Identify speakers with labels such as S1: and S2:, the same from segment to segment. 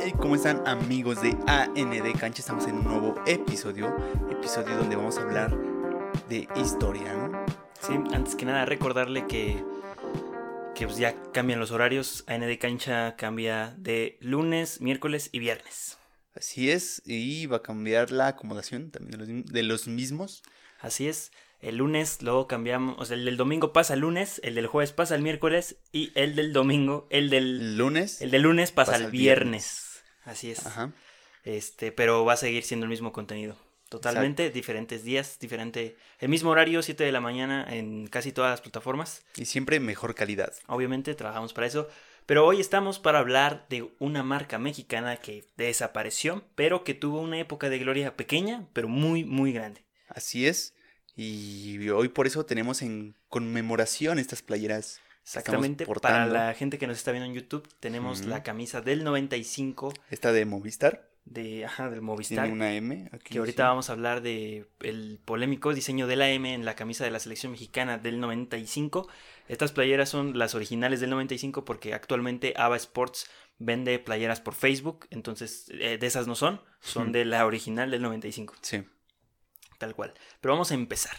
S1: Hey, ¿cómo están amigos de AND Cancha? Estamos en un nuevo episodio, episodio donde vamos a hablar de historia, ¿no?
S2: Sí, antes que nada recordarle que, que pues, ya cambian los horarios. AND Cancha cambia de lunes, miércoles y viernes.
S1: Así es, y va a cambiar la acomodación también de los, de los mismos.
S2: Así es. El lunes luego cambiamos, o sea, el del domingo pasa al lunes, el del jueves pasa al miércoles y el del domingo, el del,
S1: El lunes.
S2: el del lunes pasa,
S1: pasa
S2: al
S1: al
S2: viernes. Así es.
S1: Ajá.
S2: Este, pero va a seguir siendo el mismo contenido. Totalmente, diferentes días, diferente, el mismo horario, 7 de la mañana en casi todas las plataformas.
S1: Y siempre mejor calidad.
S2: Obviamente trabajamos para eso, pero hoy estamos para hablar de una marca mexicana que desapareció, pero que tuvo una época de gloria pequeña, pero muy, muy grande.
S1: Así es. Y hoy por eso tenemos en conmemoración estas playeras.
S2: Exactamente,
S1: Estamos
S2: para
S1: portando.
S2: la gente que nos está viendo en YouTube, tenemos
S1: Ujú.
S2: la camisa del 95
S1: Esta de Movistar.
S2: de, ajá, del
S1: Tiene
S2: Movistar,
S1: una M. Aquí,
S2: que ahorita vamos a hablar de el polémico diseño de la M en la camisa de la selección mexicana del 95. Estas playeras son las originales del 95 porque actualmente Ava Sports vende playeras por Facebook, entonces eh, de esas no son, son de la original del 95
S1: Sí.
S2: tal cual. Pero vamos a empezar.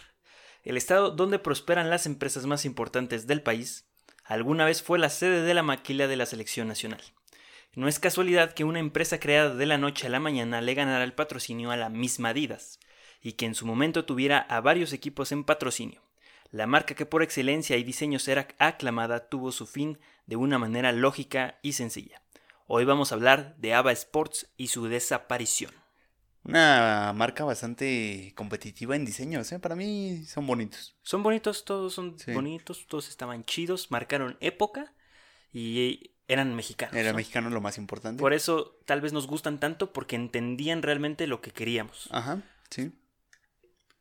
S2: El estado donde prosperan las empresas más importantes del país, alguna vez fue la sede de la maquila de la selección nacional. No es casualidad que una empresa creada de la noche a la mañana le ganara el patrocinio a la misma Adidas, y que en su momento tuviera a varios equipos en patrocinio. La marca que por excelencia y diseños era aclamada tuvo su fin de una manera lógica y sencilla. Hoy vamos a hablar de Ava Sports y su desaparición.
S1: Una marca bastante competitiva en diseños, ¿eh? Para mí son bonitos.
S2: Son bonitos, todos son
S1: Sí.
S2: bonitos, todos estaban chidos, marcaron época y eran mexicanos.
S1: Era
S2: ¿no?
S1: mexicano lo más importante.
S2: Por eso tal vez nos gustan tanto porque entendían realmente lo que queríamos.
S1: Ajá, sí.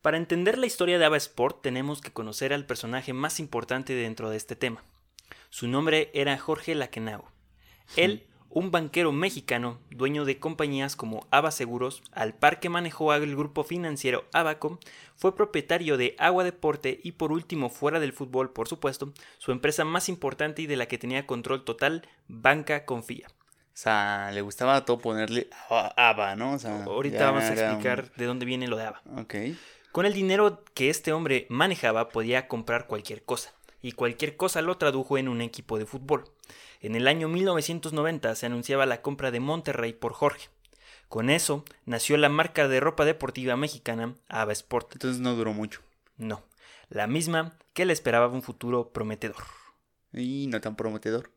S2: Para entender la historia de Ava Sport tenemos que conocer al personaje más importante dentro de este tema. Su nombre era Jorge Laquenau. Él, un banquero mexicano, dueño de compañías como Ava Seguros, al par que manejó el grupo financiero Abacom, fue propietario de Agua Deporte y por último, fuera del fútbol por supuesto, su empresa más importante y de la que tenía control total, Banca Confía.
S1: O sea, le gustaba todo ponerle Ava, ¿no? O sea,
S2: Ahorita
S1: Ah, ya
S2: vamos a
S1: era un-
S2: explicar de dónde viene lo de Ava.
S1: Ok.
S2: Con el dinero que este hombre manejaba podía comprar cualquier cosa, y cualquier cosa lo tradujo en un equipo de fútbol. En el año 1990 se anunciaba la compra de Monterrey por Jorge. Con eso nació la marca de ropa deportiva mexicana Ava Sport.
S1: Entonces no duró mucho.
S2: No, la misma que le esperaba un futuro prometedor.
S1: Y no tan prometedor.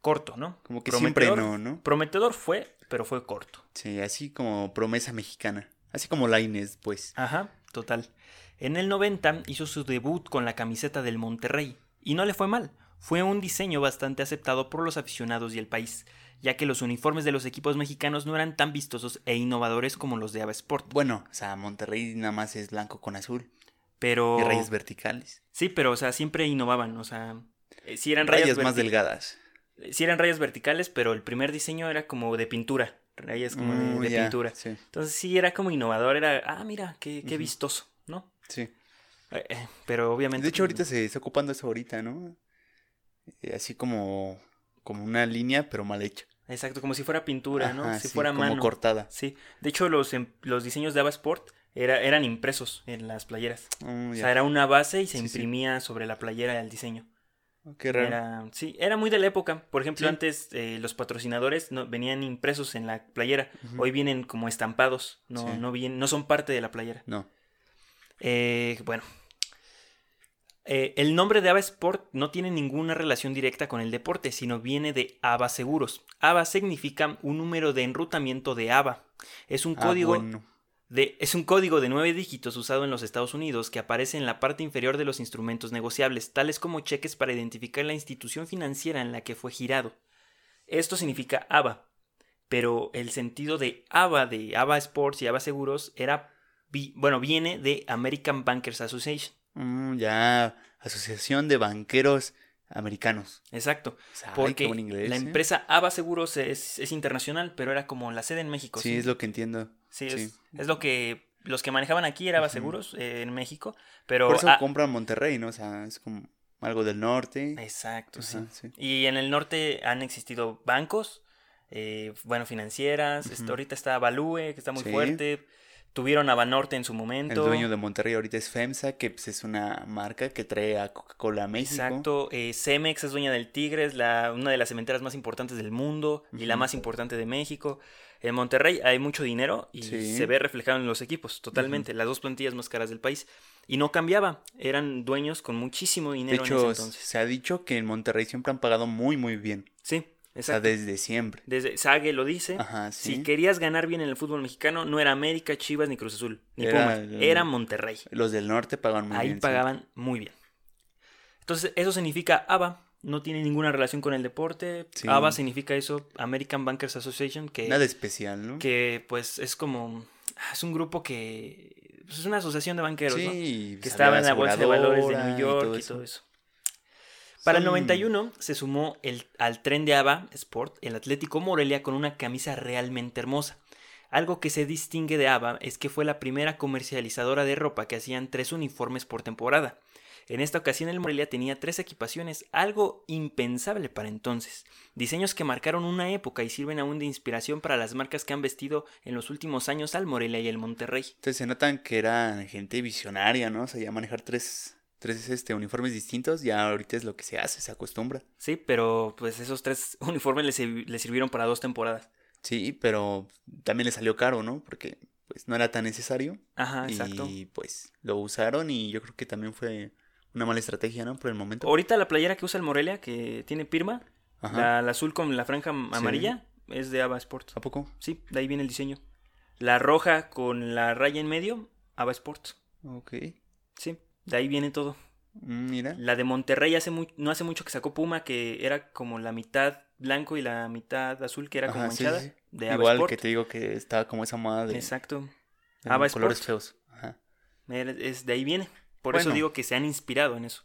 S2: Corto, ¿no?
S1: Como que
S2: Prometedor-
S1: siempre no, ¿no?
S2: Prometedor fue, pero fue corto.
S1: Sí, así como promesa mexicana. Así como la Inés, pues.
S2: Ajá, total. En el 90 hizo su debut con la camiseta del Monterrey y no le fue mal. Fue un diseño bastante aceptado por los aficionados y el país, ya que los uniformes de los equipos mexicanos no eran tan vistosos e innovadores como los de Ava Sport.
S1: Bueno, o sea, Monterrey nada más es blanco con azul.
S2: Pero
S1: Y rayas verticales.
S2: sí, pero o sea, siempre innovaban, o sea, eh, sí eran rayas,
S1: Rayas más
S2: verti-
S1: delgadas.
S2: eh, sí eran rayas verticales, pero el primer diseño era como de pintura, rayas como de-
S1: Mm,
S2: de,
S1: ya,
S2: pintura.
S1: Sí,
S2: Entonces sí era como innovador, era, ah, mira, qué, qué
S1: Ujú.
S2: vistoso, ¿no?
S1: sí.
S2: Eh, eh, pero obviamente
S1: De hecho,
S2: pues,
S1: ahorita se está ocupando eso ahorita, ¿no? Eh, Así como, como una línea, pero mal hecha.
S2: Exacto, como si fuera pintura, ¿no?
S1: Ajá,
S2: si
S1: sí,
S2: fuera
S1: como
S2: mano.
S1: cortada.
S2: Sí. De hecho, los, em- los diseños de Ava Sport era, eran impresos en las playeras.
S1: Mm,
S2: O
S1: ya.
S2: sea, era una base y
S1: Sí,
S2: se
S1: sí.
S2: imprimía sobre la playera el diseño.
S1: Qué raro.
S2: Era, sí, era muy de la época. Por ejemplo,
S1: Sí.
S2: antes eh, los patrocinadores no, venían impresos en la playera.
S1: Ujú.
S2: Hoy vienen como estampados. No,
S1: Sí.
S2: no, bien, no son parte de la playera.
S1: No.
S2: Eh, bueno. Eh, el nombre de Ava Sport no tiene ninguna relación directa con el deporte, sino viene de Ava Seguros. Ava significa un número de enrutamiento de Ava. Es un
S1: Ah,
S2: código
S1: bueno.
S2: de, es un código de nueve dígitos usado en los Estados Unidos que aparece en la parte inferior de los instrumentos negociables, tales como cheques para identificar la institución financiera en la que fue girado. Esto significa ABA, pero el sentido de ABA, de ABA Sports y ABA Seguros, era, vi- bueno, viene de American Bankers Association.
S1: Mm, ya, Asociación de Banqueros Americanos.
S2: Exacto,
S1: O sea, ay, qué
S2: porque
S1: buen inglés,
S2: la
S1: ¿eh?
S2: empresa ABA Seguros es, es internacional, pero era como la sede en México.
S1: Sí, es lo que entiendo.
S2: Sí, es,
S1: sí.
S2: es lo que los que manejaban aquí era ABA
S1: Ujú.
S2: Seguros eh, en México, pero
S1: Por eso
S2: ah,
S1: compran Monterrey, ¿no? O sea, es como algo del norte.
S2: Exacto,
S1: Ajá,
S2: sí. Y en el norte han existido bancos, eh, bueno, financieras.
S1: Ujú.
S2: este, ahorita está Balúe, que está muy
S1: Sí.
S2: fuerte. Tuvieron a Banorte en su
S1: El
S2: momento.
S1: dueño de Monterrey ahorita es FEMSA, que pues, es una marca que trae a Coca-Cola a México.
S2: Exacto. eh, Cemex es dueña del Tigres, la, una de las cementeras más importantes del mundo y la
S1: Ujú.
S2: más importante de México. En Monterrey hay mucho dinero y
S1: Sí.
S2: se ve reflejado en los equipos, totalmente. Las dos plantillas más caras del país. Y no cambiaba, eran dueños con muchísimo
S1: De
S2: dinero en
S1: hecho,
S2: ese entonces.
S1: se ha dicho que en Monterrey siempre han pagado muy, muy bien.
S2: Sí,
S1: O sea,
S2: exacto.
S1: desde siempre.
S2: Desde Sage lo dice.
S1: Ajá, sí.
S2: Si querías ganar bien en el fútbol mexicano, no era América, Chivas ni Cruz Azul, ni
S1: Era
S2: Pumas,
S1: el-
S2: era Monterrey.
S1: Los del norte pagan muy
S2: Ahí
S1: bien. sí.
S2: pagaban muy bien. Entonces, eso significa ABA. No tiene ninguna relación con el deporte.
S1: Sí.
S2: ABA significa eso, American Bankers Association, que,
S1: Nada especial, ¿no?
S2: que pues es como. ah, Es un grupo que. pues, es una asociación de banqueros,
S1: sí,
S2: ¿no?
S1: y
S2: Que
S1: pues,
S2: estaba en la
S1: había
S2: bolsa de valores de
S1: aseguradora
S2: New York y todo eso. Para el 91 se sumó el, al tren de ABA Sport el Atlético Morelia con una camisa realmente hermosa. Algo que se distingue de ABA es que fue la primera comercializadora de ropa que hacían tres uniformes por temporada. En esta ocasión el Morelia tenía tres equipaciones, algo impensable para entonces. Diseños que marcaron una época y sirven aún de inspiración para las marcas que han vestido en los últimos años al Morelia y el Monterrey.
S1: Entonces se notan que eran gente visionaria, ¿no? O sea, ya manejar tres, tres este, uniformes distintos, ya ahorita es lo que se hace, se acostumbra.
S2: Sí, pero pues esos tres uniformes le sirvi- le sirvieron para dos temporadas.
S1: Sí, pero también le salió caro, ¿no? Porque pues no era tan necesario.
S2: Ajá, Ah, exacto.
S1: Y pues lo usaron y yo creo que también fue una mala estrategia, ¿no? Por el momento.
S2: Ahorita la playera que usa el Morelia, que tiene Pirma,
S1: Ajá.
S2: Oh, la, la azul con la franja amarilla, es de Ava Sports.
S1: ¿A poco?
S2: Sí, de ahí viene el diseño. La roja con la raya en medio, Ava Sports.
S1: Ok.
S2: Sí, de ahí viene todo.
S1: Mm, Mira.
S2: La de Monterrey hace mu- no hace mucho que sacó Puma, que era como la mitad blanco y la mitad azul, que era como
S1: Ajá, sí,
S2: manchada,
S1: sí, sí.
S2: de Ava
S1: Igual
S2: Sport.
S1: que te digo que estaba como esa moda de,
S2: Exacto.
S1: de
S2: Ava
S1: colores
S2: Sport.
S1: feos. Ajá.
S2: Era- Es, de ahí viene. Por eso
S1: Bueno.
S2: digo que se han inspirado en eso.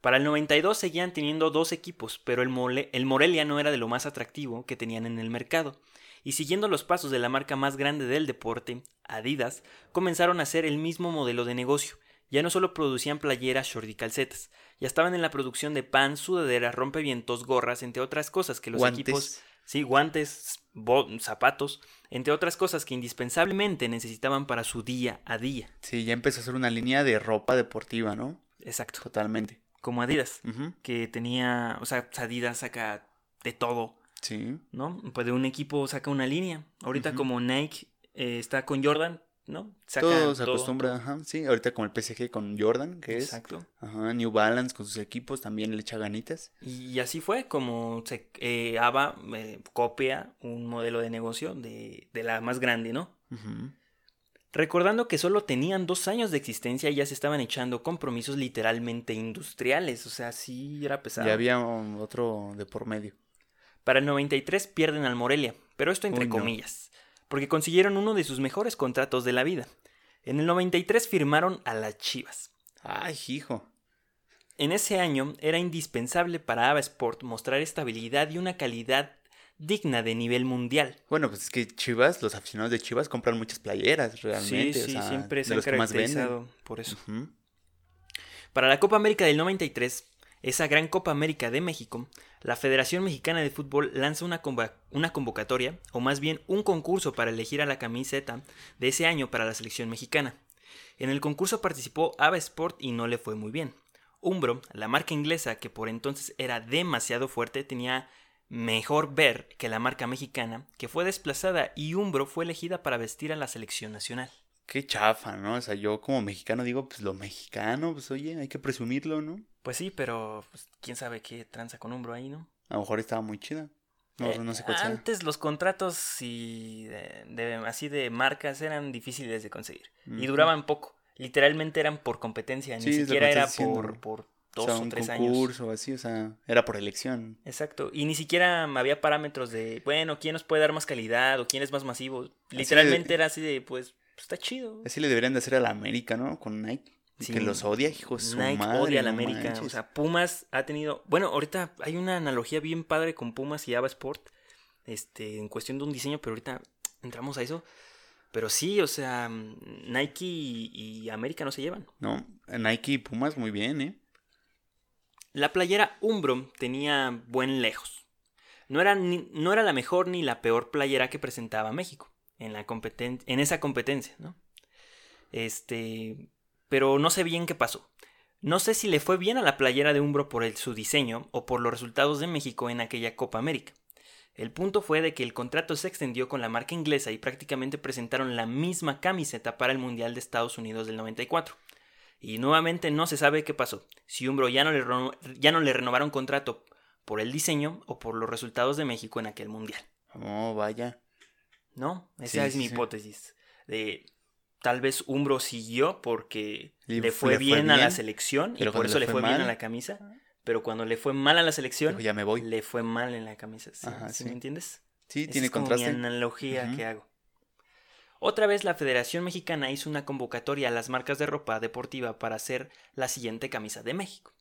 S2: Para el 92 seguían teniendo dos equipos, pero el, Mole- el Morelia no era de lo más atractivo que tenían en el mercado. Y siguiendo los pasos de la marca más grande del deporte, Adidas, comenzaron a hacer el mismo modelo de negocio. Ya no solo producían playeras, shorts y calcetas, ya estaban en la producción de pan, sudaderas, rompevientos, gorras, entre otras cosas que los
S1: Guantes.
S2: equipos Sí, guantes, bo- zapatos, entre otras cosas que indispensablemente necesitaban para su día a día.
S1: Sí, ya empezó a ser una línea de ropa deportiva, ¿no?
S2: Exacto.
S1: Totalmente.
S2: Como Adidas,
S1: Ujú.
S2: que tenía, o sea, Adidas saca de todo,
S1: Sí.
S2: ¿no? Pues de un equipo saca una línea. Ahorita
S1: Ujú.
S2: como Nike eh, está con Jordan, ¿no? Saca
S1: Todo se
S2: todo.
S1: acostumbra, ajá. Sí, ahorita con el PSG con Jordan, que es.
S2: Exacto.
S1: Ajá, New Balance con sus equipos también le echa ganitas.
S2: Y así fue como se, eh, ABBA eh, copia un modelo de negocio de, de la más grande, ¿no?
S1: Ujú.
S2: Recordando que solo tenían dos años de existencia y ya se estaban echando compromisos literalmente industriales, o sea, sí era pesado.
S1: Ya había um, otro de por medio.
S2: Para el 93 pierden al Morelia, pero esto entre
S1: Uy, no.
S2: comillas, porque consiguieron uno de sus mejores contratos de la vida. En el 93 firmaron a las Chivas.
S1: Ay, hijo.
S2: En ese año era indispensable para Ava Sport mostrar estabilidad y una calidad digna de nivel mundial.
S1: Bueno, pues es que Chivas, los aficionados de Chivas compran muchas playeras realmente.
S2: sí,
S1: o
S2: sí,
S1: sea,
S2: siempre se
S1: de
S2: han
S1: los que más venden.
S2: caracterizado por eso.
S1: Ujú.
S2: Para la Copa América del 93, esa gran Copa América de México, la Federación Mexicana de Fútbol lanza una, conva- una convocatoria, o más bien un concurso para elegir a la camiseta de ese año para la selección mexicana. En el concurso participó Ava Sport y no le fue muy bien. Umbro, la marca inglesa que por entonces era demasiado fuerte, tenía mejor ver que la marca mexicana, que fue desplazada y Umbro fue elegida para vestir a la selección nacional.
S1: Qué chafa, ¿no? O sea, yo como mexicano digo, pues lo mexicano, pues oye, hay que presumirlo, ¿no?
S2: Pues sí, pero pues, quién sabe qué tranza con Umbro ahí, ¿no?
S1: A lo mejor estaba muy chida. No, pues,
S2: Eh,
S1: no sé cuál sea.
S2: Antes los contratos y de, de- así de marcas eran difíciles de conseguir y
S1: Ujú.
S2: duraban poco. Literalmente eran por competencia,
S1: Sí,
S2: ni
S1: es lo que
S2: siquiera
S1: me
S2: era
S1: estás diciendo.
S2: por, por
S1: O
S2: dos
S1: sea,
S2: o,
S1: un
S2: tres años.
S1: concurso, así, o sea, era por elección.
S2: Exacto, y ni siquiera había parámetros de, bueno, quién nos puede dar más calidad o quién es más masivo.
S1: de-
S2: Literalmente era así de, pues, pues, está chido.
S1: Así le deberían de hacer a la América, ¿no? Con Nike.
S2: Sí.
S1: Que los odia, hijos. su
S2: Nike
S1: madre,
S2: odia a la
S1: no
S2: América, o
S1: manches.
S2: sea, Pumas ha tenido, bueno, ahorita hay una analogía bien padre con Pumas y Ava Sport, este, en cuestión de un diseño, pero ahorita entramos a eso. Pero sí, o sea, mm, Nike y, y América no se llevan.
S1: No, Nike y Pumas muy bien, ¿eh?
S2: La playera Umbro tenía buen lejos. No era, ni- no era la mejor ni la peor playera que presentaba México en, la competen- en esa competencia, ¿no? Este, pero no sé bien qué pasó. No sé si le fue bien a la playera de Umbro por el- su diseño o por los resultados de México en aquella Copa América. El punto fue de que el contrato se extendió con la marca inglesa y prácticamente presentaron la misma camiseta para el Mundial de Estados Unidos del 94. Y nuevamente no se sabe qué pasó, si Umbro ya no le, reno- ya no le renovaron contrato por el diseño o por los resultados de México en aquel Mundial.
S1: Oh, vaya.
S2: ¿No? Esa
S1: Sí,
S2: es
S1: sí,
S2: mi
S1: sí.
S2: hipótesis. De tal vez Umbro siguió porque
S1: Le
S2: le,
S1: f-
S2: fue,
S1: le fue
S2: bien, a la
S1: bien,
S2: selección y
S1: pero
S2: por
S1: cuando
S2: eso
S1: le
S2: le
S1: fue
S2: fue bien a
S1: mal-
S2: la camisa. Pero cuando le fue mal a la selección,
S1: Dijo, ya me voy.
S2: le fue mal en la camisa. ¿Sí,
S1: Ajá,
S2: ¿Sí
S1: sí.
S2: me entiendes?
S1: Sí,
S2: Esa
S1: tiene
S2: es como
S1: contraste.
S2: mi analogía
S1: Ujú.
S2: que hago. Otra vez la Federación Mexicana hizo una convocatoria a las marcas de ropa deportiva para hacer la siguiente camisa de México.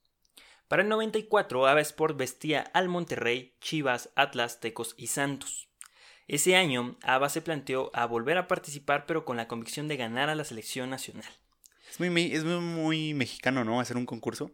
S2: Para el 94, Ava Sport vestía al Monterrey, Chivas, Atlas, Tecos y Santos. Ese año, Ava se planteó a volver a participar pero con la convicción de ganar a la selección nacional.
S1: Es muy, me- es muy, muy mexicano, ¿no? Hacer un concurso.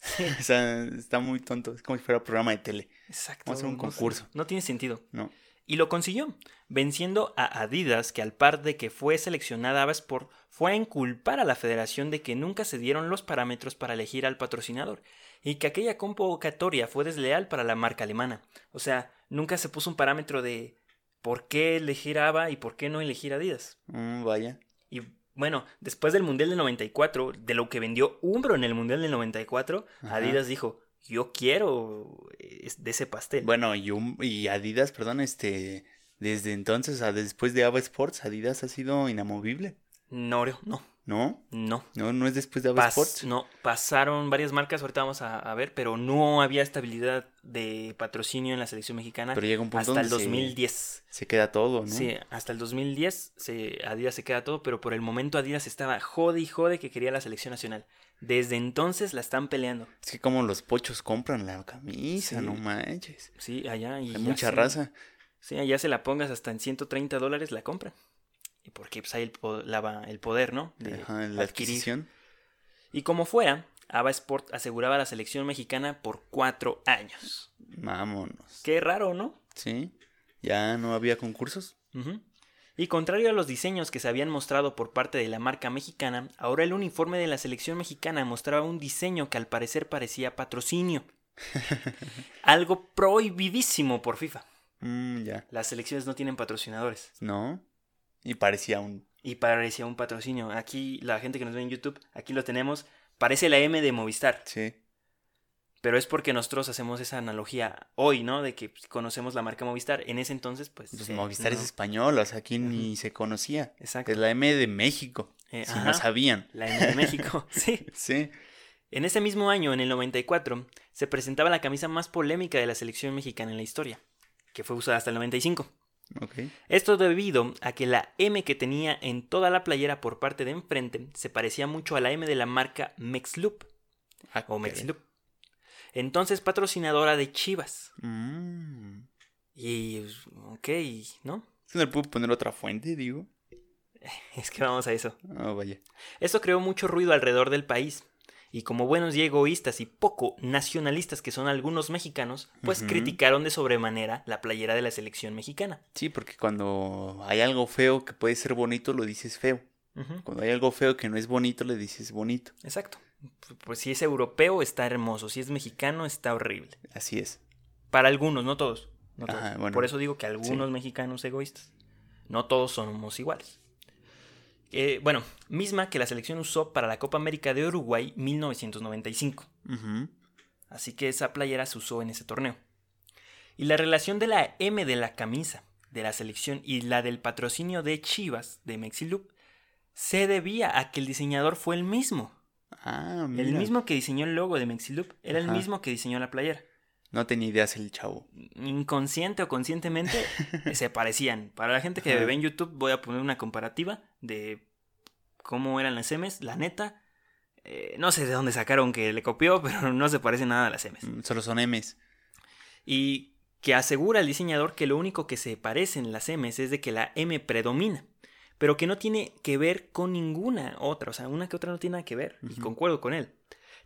S1: o sea, está muy tonto. Es como si fuera programa de tele.
S2: Exacto.
S1: Vamos a hacer un
S2: no sé,
S1: concurso.
S2: no tiene sentido.
S1: No.
S2: Y lo consiguió, venciendo a Adidas, que al par de que fue seleccionada a Sport, fue a inculpar a la federación de que nunca se dieron los parámetros para elegir al patrocinador, y que aquella convocatoria fue desleal para la marca alemana. O sea, nunca se puso un parámetro de por qué elegir a ABBA y por qué no elegir a Adidas.
S1: Mm, vaya.
S2: Y bueno, después del Mundial del 94, de lo que vendió Umbro en el Mundial del 94,
S1: Ajá.
S2: Adidas dijo, yo quiero eh, de ese pastel.
S1: Bueno, y, un- y Adidas, perdón, este. Desde entonces, o sea, después de Ava Sports, Adidas ha sido inamovible.
S2: No, no,
S1: ¿No?
S2: no.
S1: No, no es después de Ava
S2: Pas-
S1: Sports.
S2: No, pasaron varias marcas, ahorita vamos a, a ver, pero no había estabilidad de patrocinio en la selección mexicana
S1: Pero llega un punto
S2: hasta el
S1: donde se-
S2: 2010.
S1: Se, queda todo, ¿no?
S2: Sí, hasta el 2010 se, Adidas se queda todo, pero por el momento Adidas estaba jode y jode que quería la selección nacional. Desde entonces la están peleando,
S1: Es que como los pochos compran la camisa,
S2: Sí.
S1: no manches.
S2: ¿sí? Allá y
S1: Hay
S2: ya
S1: mucha
S2: se-
S1: raza.
S2: Sí, allá se la pongas hasta en 130 dólares la compran. Y porque pues, hay el, po- la- el poder, ¿no? De
S1: Ajá, la
S2: adquirir.
S1: adquisición.
S2: Y como fuera, Ava Sport aseguraba la selección mexicana por cuatro años.
S1: Vámonos.
S2: Qué raro, ¿no?
S1: Sí. Ya no había concursos.
S2: Ujú. Y contrario a los diseños que se habían mostrado por parte de la marca mexicana, ahora el uniforme de la selección mexicana mostraba un diseño que al parecer parecía patrocinio. Algo prohibidísimo por FIFA.
S1: Mm, ya.
S2: Las selecciones no tienen patrocinadores.
S1: ¿No? Y parecía un.
S2: Y parecía un patrocinio. Aquí, la gente que nos ve en YouTube, aquí lo tenemos. Parece la M de Movistar.
S1: Sí.
S2: Pero es porque nosotros hacemos esa analogía hoy, ¿no? De que pues, conocemos la marca Movistar. En ese entonces, pues.
S1: Pues
S2: eh,
S1: Movistar es
S2: no.
S1: español, o sea, aquí ni se conocía.
S2: Exacto.
S1: Es la M de México.
S2: Eh,
S1: si
S2: ajá,
S1: no sabían.
S2: La M de México. sí.
S1: Sí.
S2: En ese mismo año, en el 94, se presentaba la camisa más polémica de la selección mexicana en la historia, que fue usada hasta el 95.
S1: Ok.
S2: Esto debido a que la M que tenía en toda la playera por parte de enfrente se parecía mucho a la M de la marca Mexloop
S1: Ah,
S2: o
S1: qué bien.
S2: Mexloop, entonces patrocinadora de Chivas.
S1: Mm.
S2: Y, ok, ¿no?
S1: ¿Es que no le puedo poner otra fuente, digo?
S2: Es que vamos a eso.
S1: Ah, vaya.
S2: Esto creó mucho ruido alrededor del país. Y como buenos y egoístas y poco nacionalistas que son algunos mexicanos, pues
S1: Ujú.
S2: criticaron de sobremanera la playera de la selección mexicana.
S1: Sí, porque cuando hay algo feo que puede ser bonito, lo dices feo.
S2: Ujú,
S1: Cuando hay algo feo que no es bonito, le dices bonito.
S2: Exacto. P- Pues si es europeo está hermoso, si es mexicano está horrible.
S1: Así es.
S2: Para algunos, no todos. no todos.
S1: Ajá, bueno.
S2: Por eso digo que algunos mexicanos egoístas. No todos somos iguales. Eh, bueno, misma que la selección usó para la Copa América de Uruguay 1995.
S1: Ujú.
S2: Así que esa playera se usó en ese torneo. Y la relación de la M de la camisa de la selección y la del patrocinio de Chivas de Mexiloop se debía a que el diseñador fue el mismo.
S1: Ah, mira.
S2: El mismo que diseñó el logo de Mexiloop era el
S1: Ajá.
S2: mismo que diseñó la playera.
S1: No tenía ideas el chavo.
S2: Inconsciente o conscientemente se parecían. Para la gente que
S1: Ajá.
S2: ve en YouTube voy a poner una comparativa de cómo eran las M's. La neta, eh, no sé de dónde sacaron que le copió, pero no se parece nada a las M's.
S1: Mm, Solo son M's.
S2: y que asegura el diseñador que lo único que se parecen las M's es de que la M predomina, pero que no tiene que ver con ninguna otra, o sea, una que otra no tiene nada que ver, y
S1: Ujú.
S2: concuerdo con él.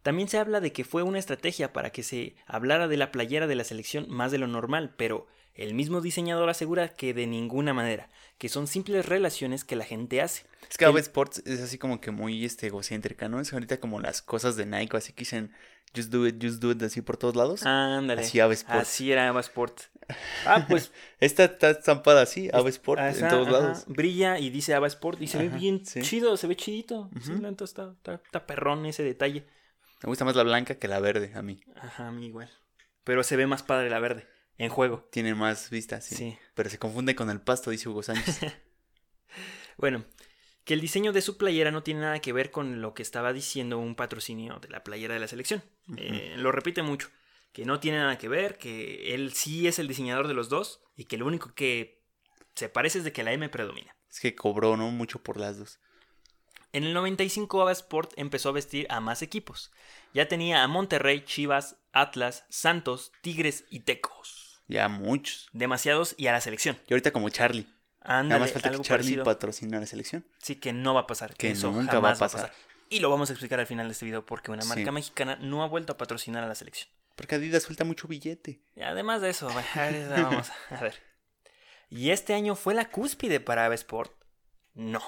S2: También se habla de que fue una estrategia para que se hablara de la playera de la selección más de lo normal, pero el mismo diseñador asegura que de ninguna manera, que son simples relaciones que la gente hace.
S1: Es que AV
S2: El-
S1: Sports es así como que muy este, egocéntrica, ¿no? Es ahorita como las cosas de Nike, así que dicen, just do it, just do it, así por todos lados.
S2: Ándale.
S1: Así AVE Sports.
S2: Así era AVE Sports. Ah, pues.
S1: Esta está estampada así, AV Sports,
S2: ajá,
S1: en todos
S2: Ah, ajá,
S1: lados.
S2: Brilla y dice AVE Sports y se
S1: Ajá,
S2: ve bien
S1: sí.
S2: chido, se ve chidito. Sí,
S1: Ujú.
S2: la neta está, está- está perrón ese detalle.
S1: Me gusta más la blanca que la verde a mí.
S2: Ajá, a mí igual. Pero se ve más padre la verde, en juego.
S1: Tiene más vistas, sí.
S2: sí.
S1: Pero se confunde con el pasto, dice Hugo Sánchez.
S2: Bueno, que el diseño de su playera no tiene nada que ver con lo que estaba diciendo un patrocinio de la playera de la selección. Eh, lo repite mucho, que no tiene nada que ver, que él sí es el diseñador de los dos y que lo único que se parece es de que la M predomina.
S1: es que cobró, ¿no? Mucho por las dos.
S2: En el 95 Ava Sport empezó a vestir a más equipos. Ya tenía a Monterrey, Chivas, Atlas, Santos, Tigres y Tecos.
S1: Ya muchos.
S2: Demasiados y a la selección.
S1: Y ahorita como Charlie. Nada
S2: Ándale,
S1: más falta que
S2: algo
S1: Charlie
S2: parecido.
S1: patrocine a la selección.
S2: Sí, que no va a pasar.
S1: Que
S2: eso
S1: nunca
S2: jamás
S1: va a pasar.
S2: Y lo vamos a explicar al final de este video porque una marca
S1: Sí.
S2: mexicana no ha vuelto a patrocinar a la selección.
S1: Porque Adidas suelta mucho billete.
S2: Y además de eso, bueno, ahorita vamos a ver. ¿Y este año fue la cúspide para Ave Sport? No.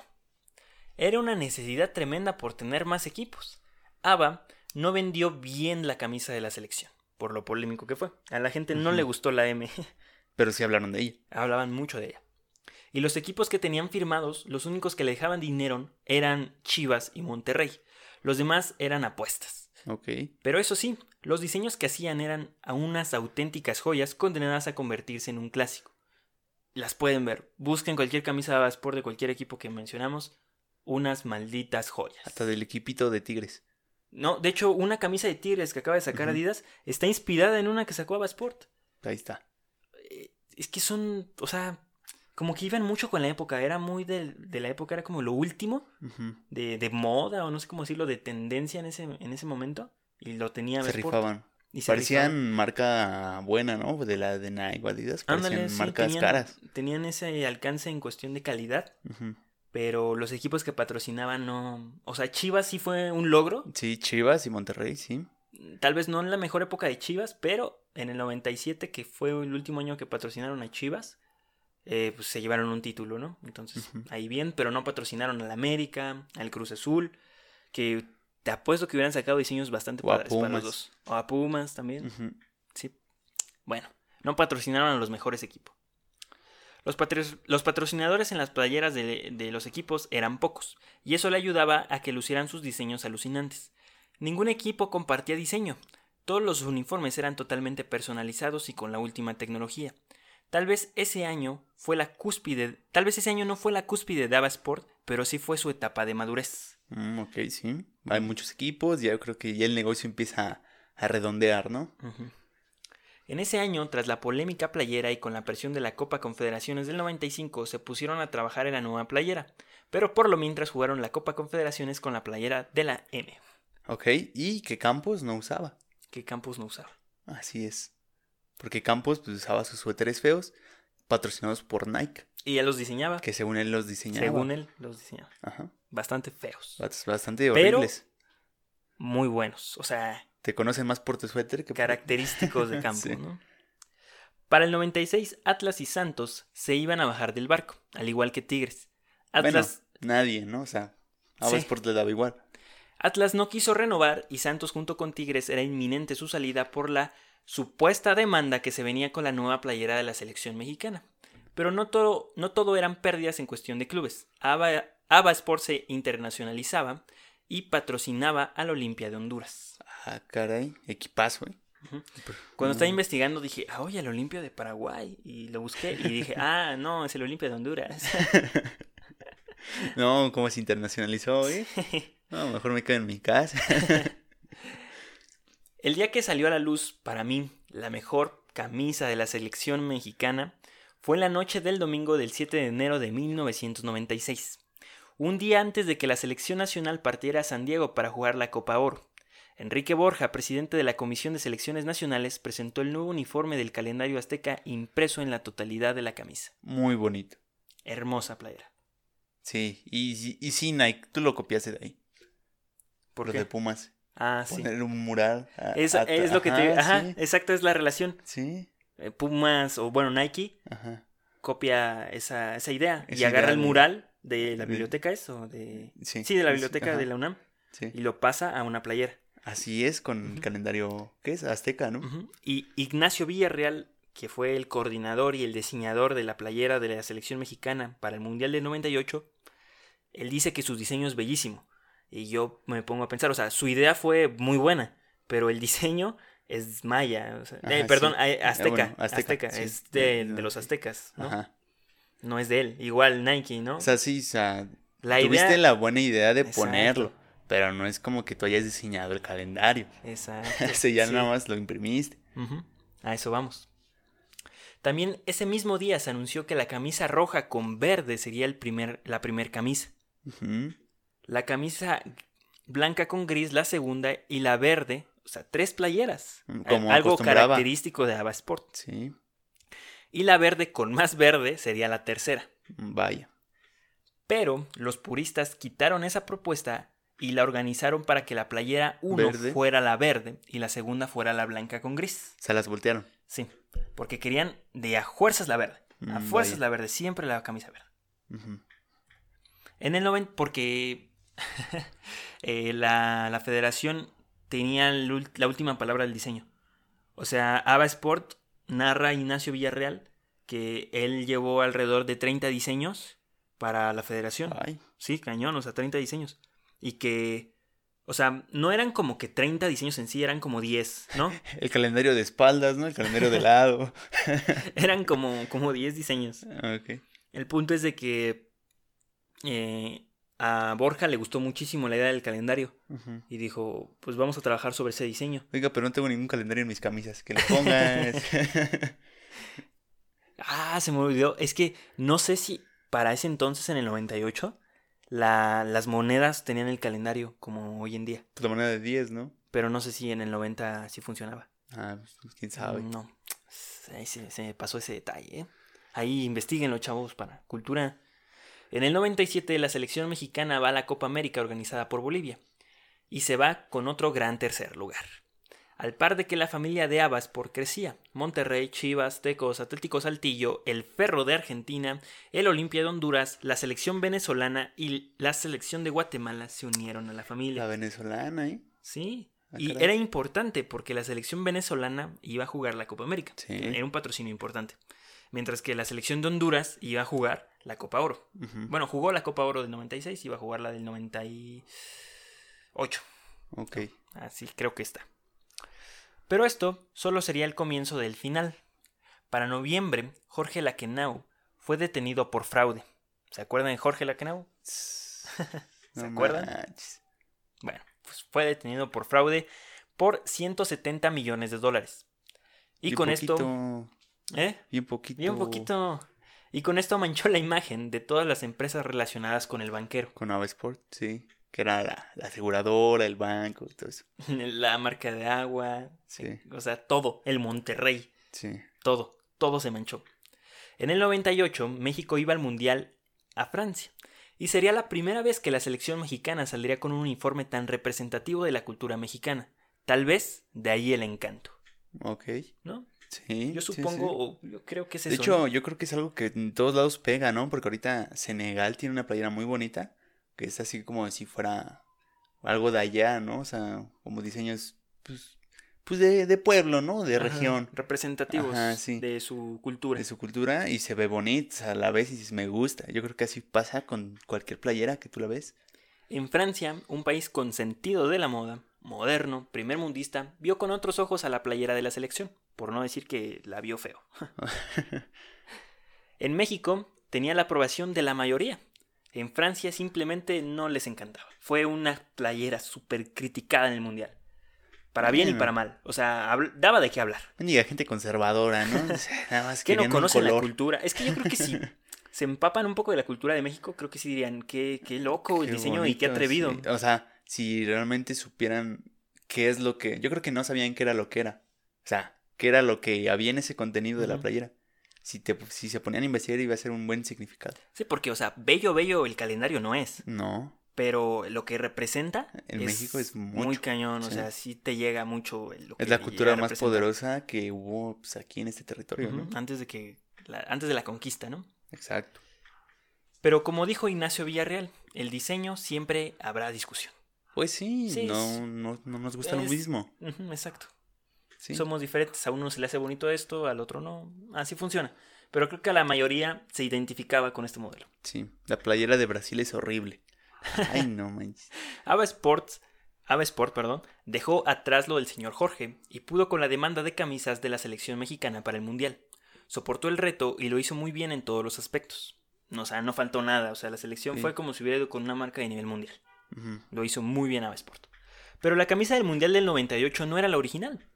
S2: Era una necesidad tremenda por tener más equipos. ABA no vendió bien la camisa de la selección, por lo polémico que fue. A la gente no
S1: Ujú.
S2: le gustó la M.
S1: Pero sí hablaron de ella.
S2: Hablaban mucho de ella. Y los equipos que tenían firmados, los únicos que le dejaban dinero eran Chivas y Monterrey. Los demás eran apuestas.
S1: Ok.
S2: Pero eso sí, los diseños que hacían eran a unas auténticas joyas condenadas a convertirse en un clásico. Las pueden ver, busquen cualquier camisa de Sport de cualquier equipo que mencionamos, unas malditas joyas.
S1: Hasta del equipito de Tigres.
S2: No, de hecho, una camisa de Tigres que acaba de sacar
S1: Ujú.
S2: Adidas está inspirada en una que sacó Avasport.
S1: Ahí está.
S2: eh, es que son, o sea, como que iban mucho con la época, era muy del- de la época, era como lo último
S1: Ujú.
S2: de, de moda o no sé cómo decirlo, de tendencia en ese, en ese momento y lo tenía
S1: Se
S2: Avesport,
S1: rifaban.
S2: y se
S1: Parecían
S2: rifaban.
S1: marca buena, ¿no? De la de Nike o Adidas. Parecían
S2: Ándale, sí,
S1: marcas
S2: tenían-
S1: caras.
S2: Tenían ese alcance en cuestión de calidad,
S1: Ujú.
S2: pero los equipos que patrocinaban no, o sea, Chivas sí fue un logro,
S1: Sí, Chivas y Monterrey, sí.
S2: tal vez no en la mejor época de Chivas, pero en el 97 que fue el último año que patrocinaron a Chivas, eh, pues se llevaron un título, ¿no? Entonces,
S1: Ujú.
S2: ahí bien, pero no patrocinaron al América, al Cruz Azul, que te apuesto que hubieran sacado diseños bastante
S1: O a
S2: padres para los
S1: Pumas.
S2: dos. O a Pumas también.
S1: Ujú.
S2: Sí. Bueno, no patrocinaron a los mejores equipos. Los, patro- los patrocinadores en las playeras de, de los equipos eran pocos, y eso le ayudaba a que lucieran sus diseños alucinantes. Ningún equipo compartía diseño, todos los uniformes eran totalmente personalizados y con la última tecnología. Tal vez ese año fue la cúspide, tal vez ese año no fue la cúspide de Avasport, pero sí fue su etapa de madurez.
S1: Mm, ok, sí. Hay muchos equipos. Ya yo creo que ya el negocio empieza a, a redondear, ¿no?
S2: Ujú. En ese año, tras la polémica playera y con la presión de la Copa Confederaciones del 95, se pusieron a trabajar en la nueva playera, pero por lo mientras jugaron la Copa Confederaciones con la playera de la M,
S1: Ok. Y que Campos no usaba.
S2: que Campos no usaba.
S1: Así es. Porque Campos pues, usaba sus suéteres feos patrocinados por Nike,
S2: Y él los diseñaba,
S1: que según él los diseñaba.
S2: según él, los diseñaba.
S1: Ajá.
S2: Bastante feos,
S1: Bast- Bastante
S2: Pero-
S1: horribles.
S2: muy buenos, o sea,
S1: Te conocen más por tu suéter que por...
S2: característicos de Campos,
S1: Sí.
S2: ¿no? Para el 96, Atlas y Santos se iban a bajar del barco, al igual que Tigres.
S1: Bueno,
S2: Atlas
S1: nadie, ¿no? O sea, a
S2: Sí.
S1: Sport le daba igual.
S2: Atlas no quiso renovar y Santos junto con Tigres era inminente su salida por la supuesta demanda que se venía con la nueva playera de la selección mexicana. Pero no todo, no todo eran pérdidas en cuestión de clubes. ABA, ABA Sport se internacionalizaba y patrocinaba al Olimpia de Honduras.
S1: Ah, caray. Equipazo, ¿eh?
S2: Ujú.
S1: Pero-
S2: Cuando
S1: no,
S2: estaba investigando dije, ah, oye, el Olimpia de Paraguay. Y lo busqué y dije, ah, no, es el Olimpia de Honduras.
S1: No, cómo se internacionalizó, ¿eh? No, mejor me quedo en mi casa.
S2: El día que salió a la luz, para mí, la mejor camisa de la selección mexicana fue en la noche del domingo del 7 de enero de 1996, un día antes de que la selección nacional partiera a San Diego para jugar la Copa Oro. Enrique Borja, presidente de la Comisión de Selecciones Nacionales, presentó el nuevo uniforme del calendario azteca impreso en la totalidad de la camisa.
S1: Muy bonito.
S2: Hermosa playera.
S1: Sí. Y, y sí, Nike, tú lo copiaste de ahí.
S2: ¿Por
S1: lo
S2: qué?
S1: de Pumas.
S2: Ah, sí.
S1: Poner un mural. a-
S2: Es,
S1: a-
S2: es lo que te
S1: ajá,
S2: Ajá,
S1: sí,
S2: exacto, es la relación.
S1: Sí,
S2: Eh, Pumas, o bueno, Nike,
S1: ajá.
S2: copia esa, esa idea y
S1: Esa
S2: agarra
S1: idea
S2: el
S1: de-
S2: mural de la
S1: de-
S2: biblioteca, eso, de...
S1: Sí,
S2: Sí, de la
S1: es-
S2: biblioteca
S1: ajá,
S2: de la UNAM
S1: sí.
S2: y lo pasa a una playera.
S1: Así es, con el
S2: Ujú.
S1: calendario, ¿qué es? Azteca, ¿no?
S2: Ujú. Y Ignacio Villarreal, que fue el coordinador y el diseñador de la playera de la selección mexicana para el Mundial del 98, él dice que su diseño es bellísimo. Y yo me pongo a pensar, o sea, su idea fue muy buena, pero el diseño es maya, o sea,
S1: Ajá,
S2: eh, perdón,
S1: sí.
S2: a-
S1: Eh,
S2: azteca,
S1: bueno,
S2: azteca,
S1: azteca, sí,
S2: es
S1: de-
S2: de, de
S1: de-
S2: los aztecas, ¿no?
S1: Ajá.
S2: No es de él, igual Nike, ¿no?
S1: O sea, sí, o sea,
S2: la
S1: tuviste
S2: idea...
S1: la buena idea de
S2: Exacto.
S1: ponerlo, pero no es como que tú hayas diseñado el calendario.
S2: Exacto.
S1: Ese ya
S2: sí.
S1: nada más lo imprimiste.
S2: Ujú, A eso vamos. También ese mismo día se anunció que la camisa roja con verde sería el primer, la primer camisa.
S1: Ujú.
S2: La camisa blanca con gris la segunda y la verde, o sea, tres playeras.
S1: Mm,
S2: Al-
S1: como
S2: algo
S1: acostumbraba.
S2: característico de Ava Sport.
S1: Sí,
S2: Y la verde con más verde sería la tercera.
S1: vaya.
S2: Pero los puristas quitaron esa propuesta y la organizaron para que la playera 1
S1: Verde.
S2: fuera la verde y la segunda fuera la blanca con gris.
S1: Se las voltearon.
S2: Sí, porque querían de a fuerzas la verde. A
S1: Mm,
S2: fuerzas
S1: vaya.
S2: la verde, siempre la camisa verde.
S1: Ujú.
S2: En el 90, porque eh, la, la federación tenía el ul- la última palabra del diseño. O sea, Ava Sport narra a Ignacio Villarreal que él llevó alrededor de 30 diseños para la federación.
S1: Ay,
S2: Sí, cañón, o sea, 30 diseños. Y que, o sea, no eran como que 30 diseños en sí, eran como 10, ¿no?
S1: el calendario de espaldas, ¿no? El calendario de lado. Ah,
S2: eran como, como 10 diseños.
S1: ok.
S2: El punto es de que eh, a Borja le gustó muchísimo la idea del calendario
S1: Ujú.
S2: y dijo, pues vamos a trabajar sobre ese diseño.
S1: Oiga, pero no tengo ningún calendario en mis camisas. Que lo pongas.
S2: Ah, se me olvidó. Es que no sé si para ese entonces, en el 98, la- las monedas tenían el calendario como hoy en día.
S1: Pues la moneda de 10, ¿no?
S2: Pero no sé si en el 90 sí funcionaba.
S1: Ah, pues, quién sabe.
S2: No. Ahí se, se me pasó ese detalle. ¿eh? Ahí investiguenlo, chavos, para cultura. En el 97 la selección mexicana va a la Copa América organizada por Bolivia y se va con otro gran tercer lugar. Al par de que la familia de Abas por crecía, Monterrey, Chivas, Tecos, Atlético Saltillo, el Ferro de Argentina, el Olimpia de Honduras, la selección venezolana y la selección de Guatemala se unieron a la familia.
S1: La venezolana, ¿eh?
S2: Sí.
S1: Ah,
S2: y
S1: caray.
S2: era importante porque la selección venezolana iba a jugar la Copa América.
S1: Sí.
S2: Era un patrocinio importante. Mientras que la selección de Honduras iba a jugar la Copa Oro.
S1: Ujú.
S2: Bueno, jugó la Copa Oro del 96, iba a jugar la del 98.
S1: ok.
S2: Así creo que está. Pero esto solo sería el comienzo del final. Para noviembre, Jorge Laquenau fue detenido por fraude. ¿Se acuerdan de Jorge Laquenau?
S1: ¿Se
S2: acuerdan? Bueno, pues fue detenido por fraude por 170 millones de dólares. Y con esto, ¿eh?
S1: Bien poquito.
S2: Bien poquito. Y con esto manchó la imagen de todas las empresas relacionadas con el banquero,
S1: Con Avasport, sí. Que era la, la aseguradora, el banco, todo eso.
S2: la marca de agua,
S1: Sí,
S2: o sea, todo, el Monterrey,
S1: sí.
S2: todo, todo se manchó. En el 98, México iba al Mundial a Francia. Y sería la primera vez que la selección mexicana saldría con un uniforme tan representativo de la cultura mexicana. Tal vez de ahí el encanto,
S1: Ok.
S2: ¿no?
S1: Sí.
S2: Yo
S1: sí, sí.
S2: supongo, o yo creo que es eso.
S1: De
S2: ¿no?
S1: hecho, yo creo que es algo que en todos lados pega, ¿no? Porque ahorita Senegal tiene una playera muy bonita, que es así como si fuera algo de allá, ¿no? O sea, como diseños, pues, pues de, de pueblo, ¿no? De
S2: Ajá,
S1: región,
S2: Representativos
S1: Ajá, sí.
S2: de su cultura.
S1: de su cultura, y se ve bonita, o sea, la ves y dices, me gusta. Yo creo que así pasa con cualquier playera que tú la ves.
S2: En Francia, un país con sentido de la moda, moderno, primer mundista, vio con otros ojos a la playera de la selección, por no decir que la vio feo. en México tenía la aprobación de la mayoría. En Francia simplemente no les encantaba. Fue una playera súper criticada en el Mundial. Para bien y
S1: Mm.
S2: para mal. O sea, habl- daba de qué hablar.
S1: Diga, gente conservadora, ¿no? O sea, Nada más
S2: que no
S1: querían un
S2: conocen la
S1: color.
S2: cultura. Es que yo creo que si se empapan un poco de la cultura de México, creo que sí dirían, qué, qué loco el
S1: Qué
S2: diseño y qué
S1: bonito,
S2: atrevido.
S1: sí. O sea, si realmente supieran qué es lo que. Yo creo que no sabían qué era lo que era. O sea, qué era lo que había en ese contenido de la
S2: Ujú.
S1: playera. Si, te, si se ponían a investigar, iba a ser un buen significado.
S2: Sí, porque, o sea, bello, bello el calendario no es.
S1: No.
S2: pero lo que representa
S1: En México es mucho,
S2: muy cañón, o
S1: sí.
S2: sea, sí te llega mucho el- lo que
S1: Es la
S2: llega a
S1: cultura más
S2: representar.
S1: poderosa que hubo pues, aquí en este territorio,
S2: Ujú,
S1: ¿no?
S2: antes de que la- antes de la conquista, ¿no?
S1: Exacto.
S2: Pero como dijo Ignacio Villarreal, el diseño siempre habrá discusión.
S1: Pues sí,
S2: Sí, es-
S1: no, no, no nos gusta
S2: es-
S1: lo mismo.
S2: Ujú, exacto.
S1: Sí.
S2: Somos diferentes, a uno se le hace bonito esto, al otro no. Así funciona. Pero creo que la mayoría se identificaba con este modelo.
S1: sí. La playera de Brasil es horrible. Ay, no manches.
S2: Ava Sports, Ava Sport, perdón, dejó atrás lo del señor Jorge y pudo con la demanda de camisas de la selección mexicana para el Mundial. Soportó el reto y lo hizo muy bien en todos los aspectos. No, o sea, no faltó nada, o sea, la selección
S1: Sí.
S2: fue como si hubiera ido con una marca de nivel mundial.
S1: Ujú.
S2: Lo hizo muy bien Ava Sport. Pero la camisa del Mundial del 98 no era la original.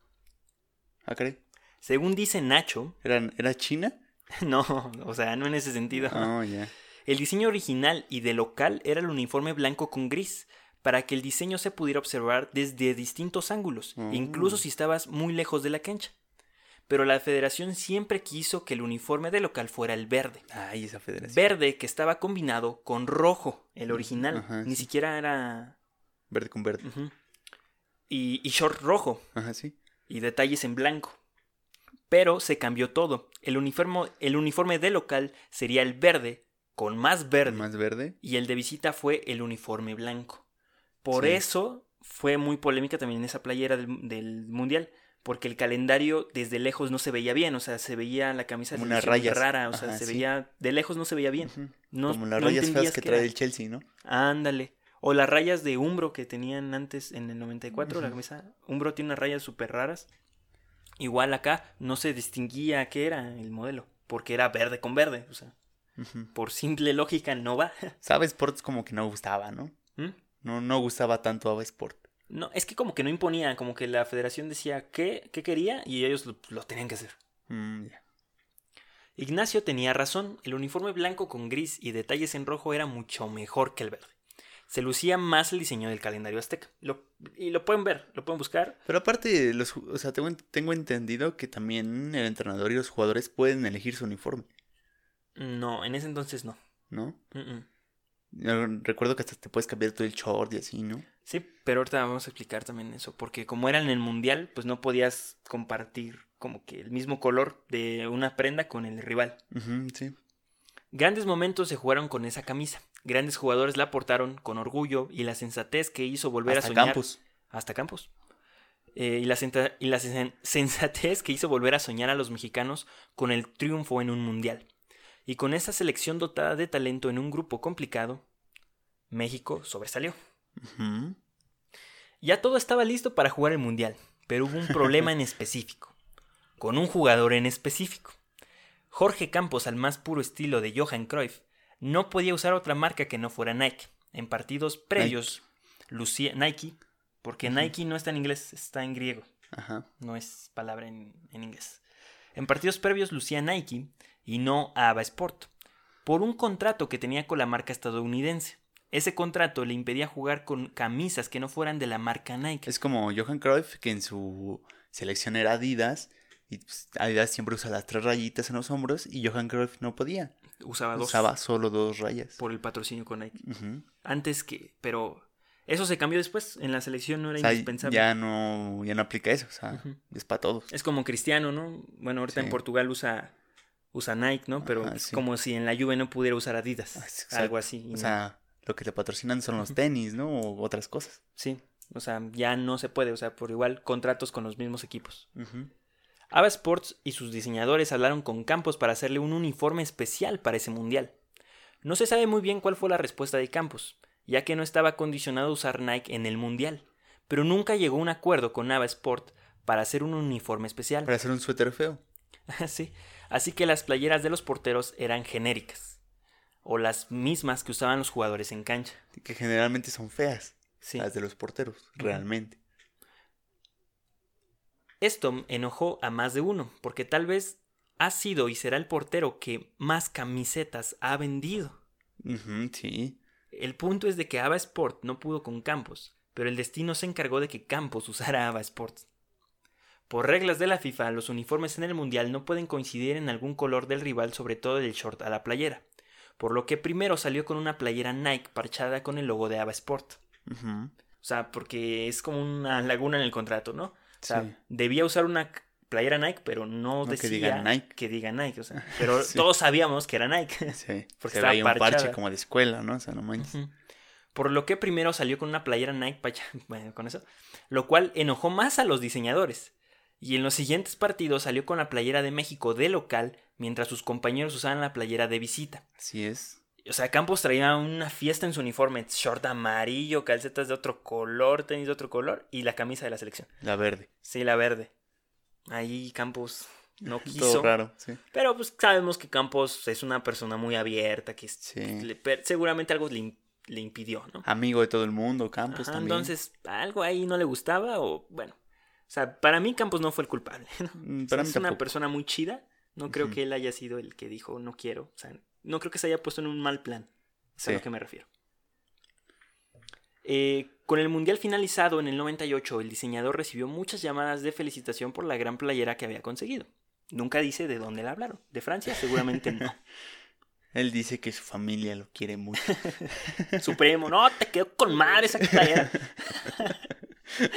S1: Ah, caray.
S2: Según dice Nacho,
S1: ¿Era, ¿Era China?
S2: no, o sea, no en ese sentido.
S1: Ah, ya.
S2: El diseño original y de local era el uniforme blanco con gris, para que el diseño se pudiera observar desde distintos ángulos, e
S1: Mm.
S2: incluso si estabas muy lejos de la cancha. Pero la federación siempre quiso que el uniforme de local fuera el verde.
S1: Ay, esa federación.
S2: Verde que estaba combinado con rojo, el original.
S1: Mm, Ajá,
S2: Ni
S1: sí.
S2: siquiera era...
S1: Verde con verde.
S2: Ujú. Y- y short rojo
S1: Ajá, sí.
S2: y detalles en blanco. Pero se cambió todo. El uniforme, el uniforme de local sería el verde, con más verde,
S1: Más verde.
S2: y el de visita fue el uniforme blanco. Por
S1: Sí.
S2: eso fue muy polémica también esa playera del, del Mundial, porque el calendario desde lejos no se veía bien, o sea, se veía la camisa de
S1: Como unas
S2: selección
S1: rayas.
S2: rara, o sea,
S1: Ajá,
S2: se
S1: sí.
S2: veía, de lejos no se veía bien.
S1: Ujú.
S2: No,
S1: Como las
S2: no
S1: rayas feas
S2: entendías
S1: que
S2: qué
S1: trae
S2: era.
S1: el Chelsea, ¿no?
S2: Ándale. O las rayas de Umbro que tenían antes en el 94, la
S1: Ujú.
S2: camisa. Umbro tiene unas rayas súper raras. Igual acá no se distinguía qué era el modelo, porque era verde con verde. O sea,
S1: Ujú.
S2: por simple lógica no va.
S1: Sabes, Sports como que no gustaba, ¿no?
S2: ¿Mm?
S1: No, no gustaba tanto a Sport.
S2: No, es que como que no imponía, como que la federación decía qué, qué quería y ellos lo, lo tenían que hacer.
S1: Mm, ya.
S2: Ignacio tenía razón, el uniforme blanco con gris y detalles en rojo era mucho mejor que el verde. Se lucía más el diseño del calendario azteca. Lo- y lo pueden ver, lo pueden buscar.
S1: Pero aparte, los, ju- o sea, tengo, en- tengo entendido que también el entrenador y los jugadores pueden elegir su uniforme,
S2: No, en ese entonces no.
S1: ¿no?
S2: Mm-mm.
S1: Yo Recuerdo que hasta te puedes cambiar todo el short y así, ¿no?
S2: Sí, pero ahorita vamos a explicar también eso, porque como era en el mundial, pues no podías compartir como que el mismo color de una prenda con el rival.
S1: Ujú, sí.
S2: Grandes momentos se jugaron con esa camisa. Grandes jugadores la portaron con orgullo y la sensatez que hizo volver
S1: Hasta
S2: a soñar
S1: Campos.
S2: hasta Campos. Eh, y la, senta- y la sen- sensatez que hizo volver a soñar a los mexicanos con el triunfo en un mundial. Y con esa selección dotada de talento en un grupo complicado, México sobresalió.
S1: Ujú.
S2: Ya todo estaba listo para jugar el Mundial, pero hubo un problema en específico, con un jugador en específico. Jorge Campos, al más puro estilo de Johan Cruyff, no podía usar otra marca que no fuera Nike. En partidos previos, lucía Nike, porque
S1: Ujú.
S2: Nike no está en inglés, está en griego,
S1: Ajá.
S2: no es palabra en, en inglés. En partidos previos lucía Nike y no Ava Sport, por un contrato que tenía con la marca estadounidense. Ese contrato le impedía jugar con camisas que no fueran de la marca Nike.
S1: Es como Johan Cruyff, que en su selección era Adidas, y pues, Adidas siempre usa las tres rayitas en los hombros, y Johan Cruyff no podía.
S2: Usaba dos
S1: Usaba solo dos rayas.
S2: por el patrocinio con Nike.
S1: Ujú.
S2: Antes que, pero eso se cambió después. En la selección no
S1: O
S2: era
S1: sea,
S2: indispensable.
S1: ya no, ya no aplica eso, o sea,
S2: Ujú.
S1: es para todos.
S2: Es como Cristiano, ¿no? Bueno, ahorita en
S1: Sí.
S2: Portugal usa usa Nike, ¿no? Pero
S1: Ajá,
S2: es
S1: sí.
S2: como si en la Juve no pudiera usar Adidas,
S1: Ah, sí,
S2: algo así. y
S1: O
S2: no.
S1: sea, lo que te patrocinan son los tenis, ¿no? O otras cosas.
S2: Sí, o sea, ya no se puede, o sea, por igual contratos con los mismos equipos.
S1: Ujú.
S2: Ava Sports y sus diseñadores hablaron con Campos para hacerle un uniforme especial para ese mundial. No se sabe muy bien cuál fue la respuesta de Campos, ya que no estaba condicionado a usar Nike en el mundial, pero nunca llegó a un acuerdo con Ava Sport para hacer un uniforme especial.
S1: Para hacer un suéter feo.
S2: Sí, así que las playeras de los porteros eran genéricas, o las mismas que usaban los jugadores en cancha.
S1: Que generalmente son feas.
S2: Sí.
S1: Las de los porteros, realmente.
S2: Esto enojó a más de uno, porque tal vez ha sido y será el portero que más camisetas ha vendido.
S1: Ujú, sí.
S2: El punto es de que Ava Sport no pudo con Campos, pero el destino se encargó de que Campos usara Ava Sport. Por reglas de la FIFA, los uniformes en el Mundial no pueden coincidir en algún color del rival, sobre todo del short a la playera. por lo que primero salió con una playera Nike parchada con el logo de Ava Sport.
S1: Ujú.
S2: O sea, porque es como una laguna en el contrato, ¿no? O sea,
S1: Sí.
S2: debía usar una c- playera Nike, pero no,
S1: No que
S2: decía
S1: diga Nike.
S2: que diga Nike, o sea, pero
S1: Sí.
S2: todos sabíamos que era Nike.
S1: Sí.
S2: Porque
S1: se veía
S2: estaba
S1: un parche
S2: parchada.
S1: como de escuela, ¿no? O sea, no manches.
S2: Ujú. Por lo que primero salió con una playera Nike pacha- bueno, con eso, lo cual enojó más a los diseñadores. Y en los siguientes partidos salió con la playera de México de local, mientras sus compañeros usaban la playera de visita.
S1: Así es.
S2: O sea, Campos traía una fiesta en su uniforme, short amarillo, calcetas de otro color, tenis de otro color y la camisa de la selección.
S1: La verde.
S2: Sí, la verde. Ahí Campos no
S1: Todo
S2: quiso.
S1: raro, sí.
S2: Pero pues sabemos que Campos es una persona muy abierta, que es-
S1: Sí.
S2: le- per- seguramente algo le, im- le impidió, ¿no?
S1: Amigo de todo el mundo, Campos
S2: Ajá,
S1: pues también.
S2: entonces, algo ahí no le gustaba o bueno. O sea, para mí Campos no fue el culpable. ¿no?
S1: Mm,
S2: O sea,
S1: Para mí
S2: es una
S1: tampoco.
S2: persona muy chida. No creo
S1: Ujú.
S2: que él haya sido el que dijo no quiero. O sea, no creo que se haya puesto en un mal plan. Es
S1: Sí.
S2: a lo que me refiero. Eh, con el mundial finalizado en el 98, el diseñador recibió muchas llamadas de felicitación por la gran playera que había conseguido. Nunca dice de dónde la hablaron. ¿De Francia? Seguramente no.
S1: Él dice que su familia lo quiere mucho.
S2: Supremo, no, te quedó con madre esa playera.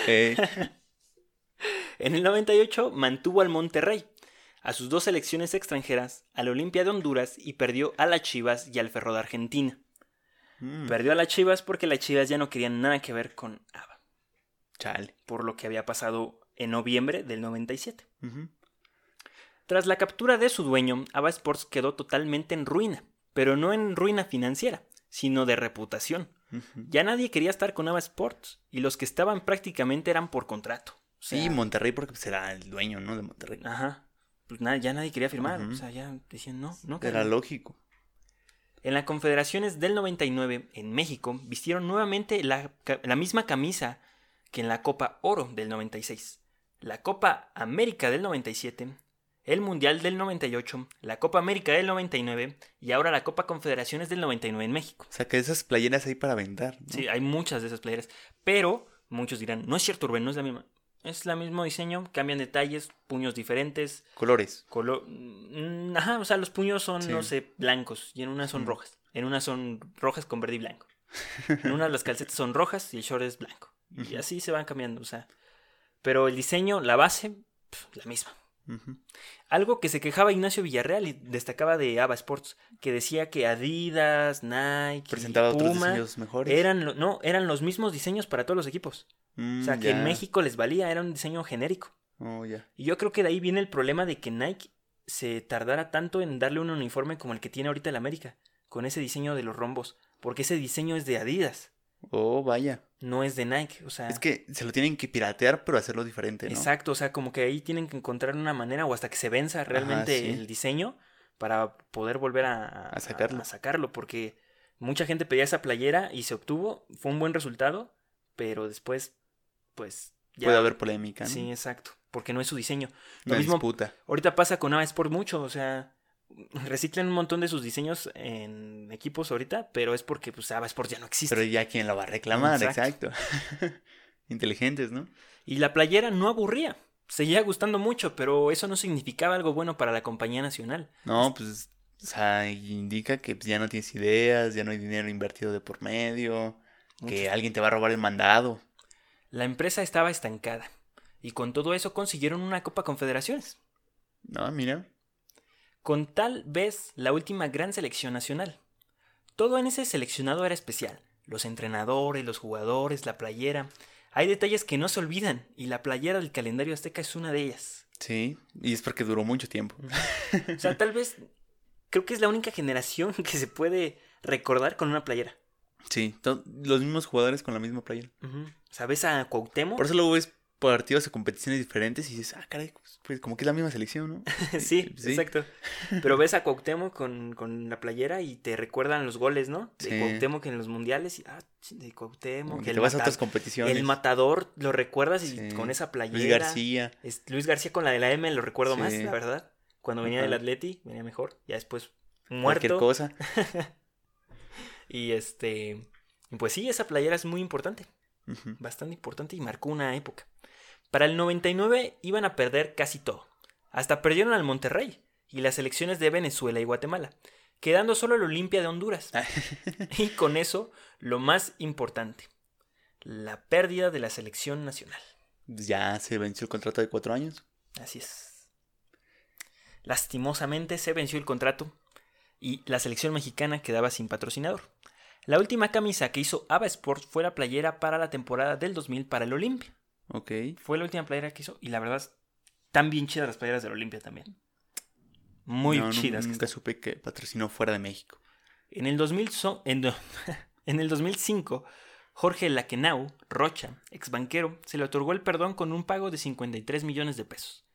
S1: Eh,
S2: En el 98 mantuvo al Monterrey, a sus dos selecciones extranjeras, al Olimpia de Honduras y perdió a las Chivas y al Ferro de Argentina.
S1: mm,
S2: Perdió a las Chivas porque las Chivas ya no querían nada que ver con ABBA,
S1: chale.
S2: por lo que había pasado en noviembre del 97.
S1: Ujú.
S2: Tras la captura de su dueño, ABBA Sports quedó totalmente en ruina, pero no en ruina financiera, sino de reputación.
S1: Ujú.
S2: Ya nadie quería estar con ABBA Sports y los que estaban prácticamente eran por contrato. O
S1: Sí,
S2: sea,
S1: Monterrey, porque será el dueño, ¿no? De Monterrey.
S2: Ajá. Pues na- ya nadie quería firmar.
S1: Ujú.
S2: O sea, ya decían, no, no.
S1: Era
S2: carnal".
S1: lógico.
S2: En las confederaciones del 99, en México, vistieron nuevamente la, ca- la misma camisa que en la Copa Oro del 96, la Copa América del 97, el Mundial del 98, la Copa América del 99 y ahora la Copa Confederaciones del 99 en México.
S1: O sea, que esas playeras ahí para vender. ¿no?
S2: Sí, hay muchas de esas playeras. Pero muchos dirán, no es cierto, Rubén, no es la misma. Es el mismo diseño, cambian detalles, puños diferentes,
S1: Colores.
S2: color. mm, Ajá, o sea, los puños son,
S1: Sí.
S2: no sé, blancos y en unas son
S1: Mm.
S2: rojas. En unas son rojas con verde y blanco. En unas las calcetas son rojas y el short es blanco. Y
S1: Ujú.
S2: así se van cambiando, o sea. Pero el diseño, la base, pf, la misma.
S1: Ujú.
S2: Algo que se quejaba Ignacio Villarreal y destacaba de Ava Sports, que decía que Adidas, Nike,
S1: Presentaba otros
S2: Puma
S1: diseños mejores.
S2: eran, lo- no, eran los mismos diseños para todos los equipos.
S1: Mm,
S2: O sea, que
S1: ya.
S2: en México les valía, era un diseño genérico.
S1: Oh, ya.
S2: Y yo creo que de ahí viene el problema de que Nike se tardara tanto en darle un uniforme como el que tiene ahorita el América, con ese diseño de los rombos, porque ese diseño es de Adidas,
S1: Oh, vaya.
S2: no es de Nike, o sea,
S1: Es que se lo tienen que piratear, pero hacerlo diferente, ¿no?
S2: exacto, o sea, como que ahí tienen que encontrar una manera o hasta que se venza realmente
S1: sí.
S2: el diseño para poder volver a,
S1: A sacarlo.
S2: a sacarlo, porque mucha gente pedía esa playera y se obtuvo, fue un buen resultado, pero después, pues, ya,
S1: Puede haber polémica, ¿no?
S2: sí, exacto, porque no es su diseño. lo
S1: Una
S2: mismo-
S1: disputa.
S2: Ahorita pasa con Ava Sport mucho, o sea, reciclan un montón de sus diseños en equipos ahorita, pero es porque pues Ava Sport ya no existe.
S1: Pero ya quién la va a reclamar,
S2: Exacto.
S1: exacto. Inteligentes, ¿no?
S2: Y la playera no aburría, seguía gustando mucho, pero eso no significaba algo bueno para la compañía nacional.
S1: No, pues, o sea, indica que pues, ya no tienes ideas, ya no hay dinero invertido de por medio, que
S2: Muchos-
S1: alguien te va a robar el mandado.
S2: La empresa estaba estancada, y con todo eso consiguieron una Copa Confederaciones,
S1: No, mira.
S2: con tal vez la última gran selección nacional. Todo en ese seleccionado era especial. Los entrenadores, los jugadores, la playera. Hay detalles que no se olvidan y la playera del calendario azteca es una de ellas.
S1: Sí, y es porque duró mucho tiempo.
S2: O sea, tal vez creo que es la única generación que se puede recordar con una playera.
S1: Sí, to- los mismos jugadores con la misma playera.
S2: O sea, ves a Cuauhtémoc.
S1: Por eso luego ves partidos de competiciones diferentes y dices, ah, caray, pues, pues, como que es la misma selección, ¿no?
S2: sí,
S1: Sí.
S2: exacto. Pero ves a Cuauhtémoc con, con la playera y te recuerdan los goles, ¿no? De
S1: Sí.
S2: Cuauhtémoc en los mundiales. Y, ah, ch- de Cuauhtémoc.
S1: Como que
S2: El,
S1: te vas a
S2: mata-
S1: otras competiciones.
S2: el matador lo recuerdas y
S1: Sí.
S2: con esa playera.
S1: Luis García.
S2: Es- Luis García con la de la M lo recuerdo más,
S1: Sí.
S2: la verdad. Cuando venía del
S1: Ajá.
S2: Atleti, venía mejor. Ya después
S1: Cualquier
S2: muerto.
S1: cosa.
S2: Y este. Pues sí, esa playera es muy importante.
S1: Ujú.
S2: bastante importante y marcó una época. Para el 99 iban a perder casi todo. Hasta perdieron al Monterrey y las elecciones de Venezuela y Guatemala, quedando solo el Olimpia de Honduras.
S1: Ah.
S2: y con eso, lo más importante, la pérdida de la selección nacional.
S1: Ya se venció el contrato de cuatro años.
S2: Así es. Lastimosamente se venció el contrato y la selección mexicana quedaba sin patrocinador. La última camisa que hizo Ava Sports fue la playera para la temporada del 2000 para el Olimpia.
S1: Ok.
S2: Fue la última playera que hizo y la verdad, tan bien chidas las playeras del Olimpia también. Muy
S1: No, nu-
S2: chidas. que
S1: Nunca supe que patrocinó fuera de México.
S2: En el, 2000 so- en, do- en el 2005, Jorge Laquenau Rocha, ex banquero, se le otorgó el perdón con un pago de 53 millones de pesos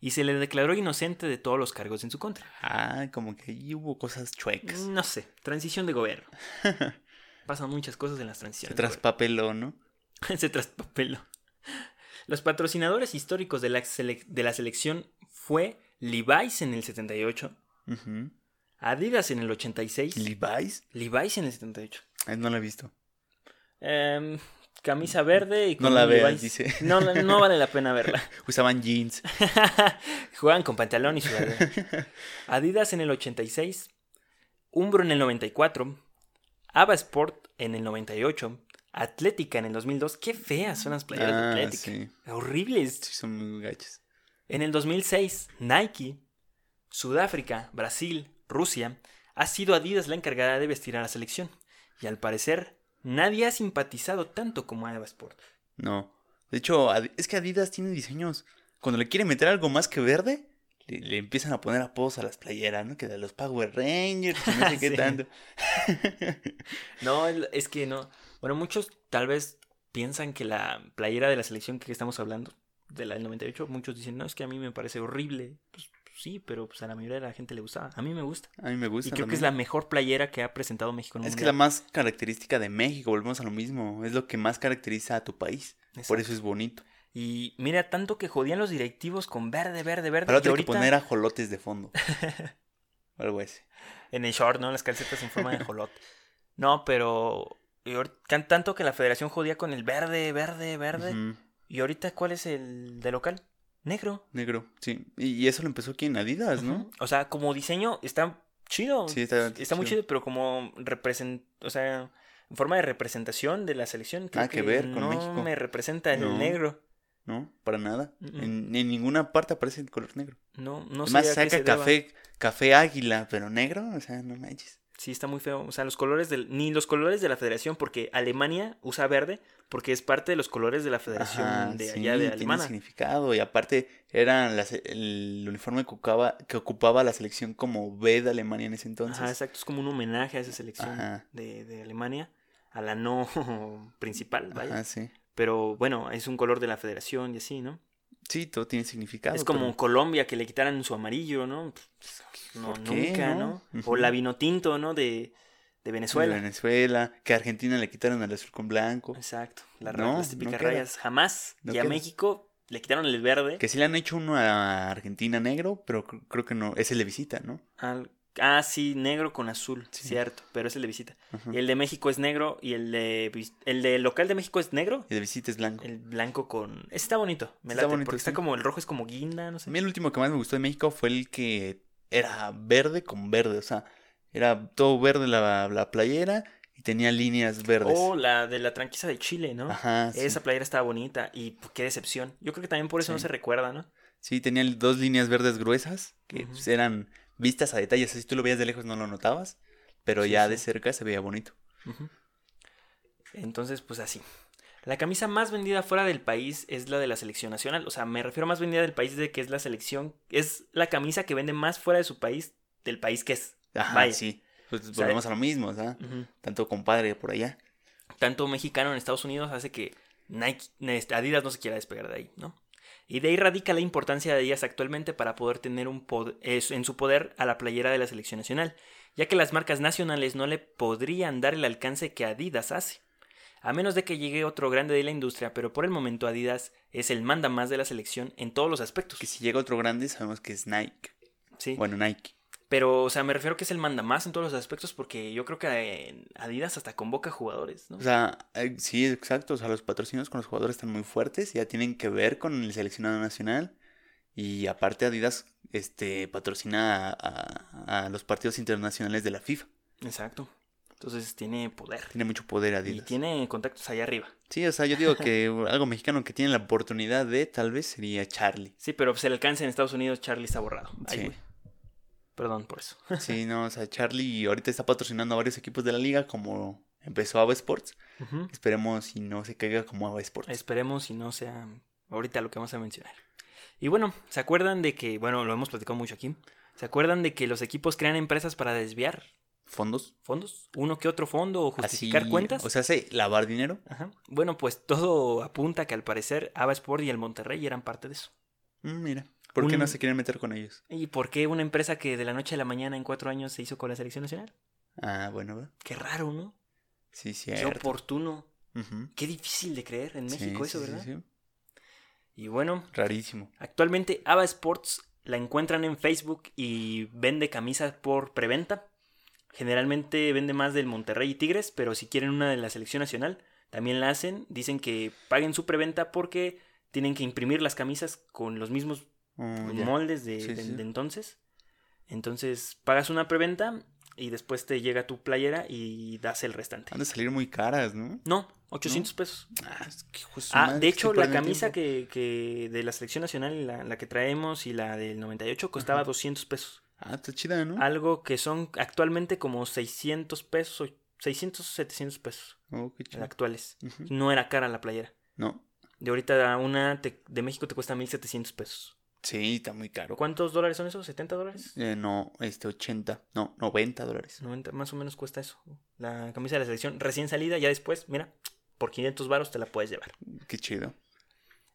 S2: y se le declaró inocente de todos los cargos en su contra.
S1: Ah, como que ahí hubo cosas chuecas.
S2: No sé, transición de gobierno. Pasan muchas cosas en las transiciones.
S1: Se
S2: de gobierno.
S1: traspapeló, ¿no?
S2: Se traspapeló. Los patrocinadores históricos de la, selec- de la selección fue Levi's en el 78,
S1: Ujú.
S2: Adidas en el 86,
S1: ¿Levi's?
S2: Levi's en el 78.
S1: Ah, no la he visto.
S2: Em, camisa verde y
S1: No
S2: con
S1: la
S2: un
S1: veas,
S2: Levi's.
S1: dice.
S2: No, la- no vale la pena verla.
S1: Usaban jeans.
S2: Juegan con pantalón y sudadera. Adidas en el 86, Umbro en el 94, Ava Sport en el 98, Atlética en el 2002. Qué feas son las playeras de
S1: Ah,
S2: Atlética.
S1: sí.
S2: Horribles.
S1: Sí, son muy gachas.
S2: En el 2006, Nike, Sudáfrica, Brasil, Rusia, ha sido Adidas la encargada de vestir a la selección. Y al parecer, nadie ha simpatizado tanto como Ava Sport.
S1: No. De hecho, Adi- es que Adidas tiene diseños. Cuando le quiere meter algo más que verde, le, le empiezan a poner apodos a las playeras, ¿no? Que de los Power Rangers, que no sé qué
S2: Sí.
S1: tanto.
S2: No, el- es que no. Bueno, muchos tal vez piensan que la playera de la selección que estamos hablando, de la del 98, muchos dicen, no, es que a mí me parece horrible. Pues sí, pero pues a la mayoría de la gente le gustaba. A mí me gusta.
S1: A mí me gusta.
S2: Y creo que es la
S1: también.
S2: mejor playera que ha presentado México en un
S1: Es que es la
S2: mundial.
S1: más característica de México, volvemos a lo mismo. Es lo que más caracteriza a tu país. Por
S2: Exacto.
S1: eso es bonito.
S2: Y mira, tanto que jodían los directivos con verde, verde, verde.
S1: Pero tiene
S2: y
S1: que
S2: ahorita
S1: poner ajolotes de fondo. O algo así.
S2: En el short, ¿no? Las calcetas en forma de ajolote. No, pero... y ahor- tan- Tanto que la federación jodía con el verde, verde, verde.
S1: Ujú.
S2: ¿Y ahorita cuál es el de local? Negro.
S1: Negro, sí. Y, y eso lo empezó aquí en Adidas, ¿no?
S2: Ujú. O sea, como diseño está chido.
S1: Sí, está
S2: muy
S1: chido.
S2: chido, pero como represent, o sea, en forma de representación de la selección. creo
S1: Nada que ver con
S2: no
S1: México.
S2: me representa el
S1: No.
S2: negro.
S1: No, para nada.
S2: Mm, mm.
S1: En, en ninguna parte aparece el color negro.
S2: No, no sé.
S1: Además
S2: a qué se
S1: saca
S2: deba.
S1: café, café águila, pero negro, o sea, no manches.
S2: Sí, está muy feo. O sea, los colores del, ni los colores de la federación, porque Alemania usa verde, porque es parte de los colores de la federación
S1: Ajá,
S2: de
S1: sí,
S2: allá de
S1: tiene
S2: Alemania.
S1: significado. Y aparte, era la se- el uniforme que ocupaba, que ocupaba la selección como B de Alemania en ese
S2: Ajá,
S1: entonces.
S2: exacto. Es como un homenaje a esa selección
S1: Ajá.
S2: de, de Alemania, a la no principal,
S1: Ajá,
S2: vaya.
S1: sí.
S2: Pero bueno, es un color de la federación y así, ¿no?
S1: Sí, todo tiene significado.
S2: es como
S1: pero-
S2: Colombia que le quitaran su amarillo, ¿no? No,
S1: ¿Por qué,
S2: nunca, ¿no?
S1: no?
S2: O
S1: Ujú.
S2: la vino tinto, ¿no? De, de Venezuela.
S1: de Venezuela, que a Argentina le quitaron el azul con blanco.
S2: Exacto. La-
S1: No,
S2: las típicas
S1: no queda.
S2: rayas. Jamás.
S1: No
S2: y a
S1: queda.
S2: México le quitaron el verde.
S1: Que sí le han hecho uno a Argentina negro, pero cr- creo que no, ese le visita, ¿no?
S2: Al- ah, sí, negro con azul,
S1: Sí.
S2: cierto. Pero es el de visita.
S1: Ajá.
S2: Y el de México es negro y el de vis- el de local de México es negro.
S1: El de visita es blanco.
S2: El blanco con. Ese está bonito. Me
S1: Está
S2: late,
S1: bonito,
S2: porque está
S1: sí.
S2: como el rojo es como guinda, no
S1: A
S2: sé.
S1: mí el último que más me gustó de México fue el que era verde con verde, o sea, era todo verde la, la playera y tenía líneas verdes.
S2: O la de la tranquisa de Chile, Oh, ¿no?
S1: Ajá, sí.
S2: Esa playera estaba bonita y pues, qué decepción. Yo creo que también por eso no
S1: Sí.
S2: se recuerda, ¿no?
S1: Sí, tenía dos líneas verdes gruesas que
S2: Ujú.
S1: pues, eran vistas a detalles, si tú lo veías de lejos no lo notabas, pero
S2: Sí,
S1: ya
S2: sí.
S1: de cerca se veía bonito.
S2: Ujú. Entonces, pues así. La camisa más vendida fuera del país es la de la selección nacional. O sea, me refiero más vendida del país de que es la selección. Es la camisa que vende más fuera de su país, del país que es.
S1: Ajá,
S2: Vaya.
S1: sí. Pues
S2: sea,
S1: volvemos a lo mismo, o sea,
S2: Ujú.
S1: tanto compadre por allá.
S2: Tanto mexicano en Estados Unidos hace que Nike, este, Adidas no se quiera despegar de ahí, ¿no? Y de ahí radica la importancia de ellas actualmente para poder tener un pod- es- en su poder a la playera de la selección nacional, ya que las marcas nacionales no le podrían dar el alcance que Adidas hace. A menos de que llegue otro grande de la industria, pero por el momento Adidas es el manda más de la selección en todos los aspectos.
S1: Que si llega otro grande sabemos que es Nike.
S2: Sí.
S1: Bueno, Nike.
S2: Pero, o sea, me refiero que es el manda más en todos los aspectos porque yo creo que eh, Adidas hasta convoca jugadores, ¿no?
S1: O sea, eh, sí, exacto. O sea, los patrocinios con los jugadores están muy fuertes, ya tienen que ver con el seleccionado nacional. Y aparte Adidas este, patrocina a, a- a los partidos internacionales de la FIFA.
S2: Exacto. Entonces tiene poder.
S1: Tiene mucho poder
S2: Y
S1: Adidas.
S2: tiene contactos allá arriba.
S1: Sí, o sea, yo digo que algo mexicano que tiene la oportunidad de, tal vez, sería Charlie.
S2: Sí, pero pues, el alcance en Estados Unidos, Charlie está borrado. Ay,
S1: Sí.
S2: güey. Perdón por eso.
S1: Sí, no, o sea, Charlie ahorita está patrocinando a varios equipos de la liga, como empezó AVE Sports.
S2: Ujú.
S1: Esperemos si no se caiga como AVE Sports.
S2: Esperemos y no sea ahorita lo que vamos a mencionar. Y bueno, ¿se acuerdan de que, bueno, lo hemos platicado mucho aquí? ¿Se acuerdan de que los equipos crean empresas para desviar
S1: Fondos.
S2: fondos? ¿Uno que otro fondo o
S1: Así,
S2: justificar cuentas?
S1: O sea, se lavar dinero.
S2: Ajá. Bueno, pues todo apunta que al parecer Ava Sport y el Monterrey eran parte de eso.
S1: Mm, mira, ¿por qué
S2: Un-
S1: no se quieren meter con ellos?
S2: ¿Y por qué una empresa que de la noche a la mañana en cuatro años se hizo con la selección nacional?
S1: Ah, bueno, ¿verdad?
S2: Qué raro, ¿no?
S1: Sí,
S2: Qué
S1: cierto.
S2: oportuno.
S1: Ujú.
S2: Qué difícil de creer en
S1: Sí,
S2: México eso,
S1: sí, sí,
S2: ¿verdad?
S1: sí.
S2: Y bueno,
S1: Rarísimo.
S2: actualmente Ava Sports la encuentran en Facebook y vende camisas por preventa. Generalmente vende más del Monterrey y Tigres, pero si quieren una de la selección nacional, también la hacen. Dicen que paguen su preventa porque tienen que imprimir las camisas con los mismos
S1: Oh, ya.
S2: moldes de,
S1: Sí,
S2: de-
S1: sí.
S2: de entonces. Entonces pagas una preventa y después te llega tu playera y das el restante.
S1: Han de salir muy caras, ¿no?
S2: No, 800 pesos.
S1: Ah, es que hijo su
S2: Ah,
S1: madre, estoy
S2: de hecho, la
S1: perdiendo
S2: camisa
S1: tiempo.
S2: que, que de la selección nacional, la, la que traemos y la del 98, costaba
S1: Ajá.
S2: 200 pesos.
S1: Ah, está chida, ¿no?
S2: Algo que son actualmente como 600 pesos, o 600 o 700 pesos
S1: Oh, qué chido.
S2: actuales.
S1: Ujú.
S2: No era cara la playera.
S1: No.
S2: De ahorita una te- de México te cuesta 1700 pesos.
S1: Sí, está muy caro.
S2: ¿Cuántos dólares son esos? ¿70 dólares?
S1: Eh, no, este, 80. No, 90 dólares.
S2: 90, más o menos cuesta eso. La camisa de la selección recién salida, ya después, mira, por 500 varos te la puedes llevar.
S1: Qué chido.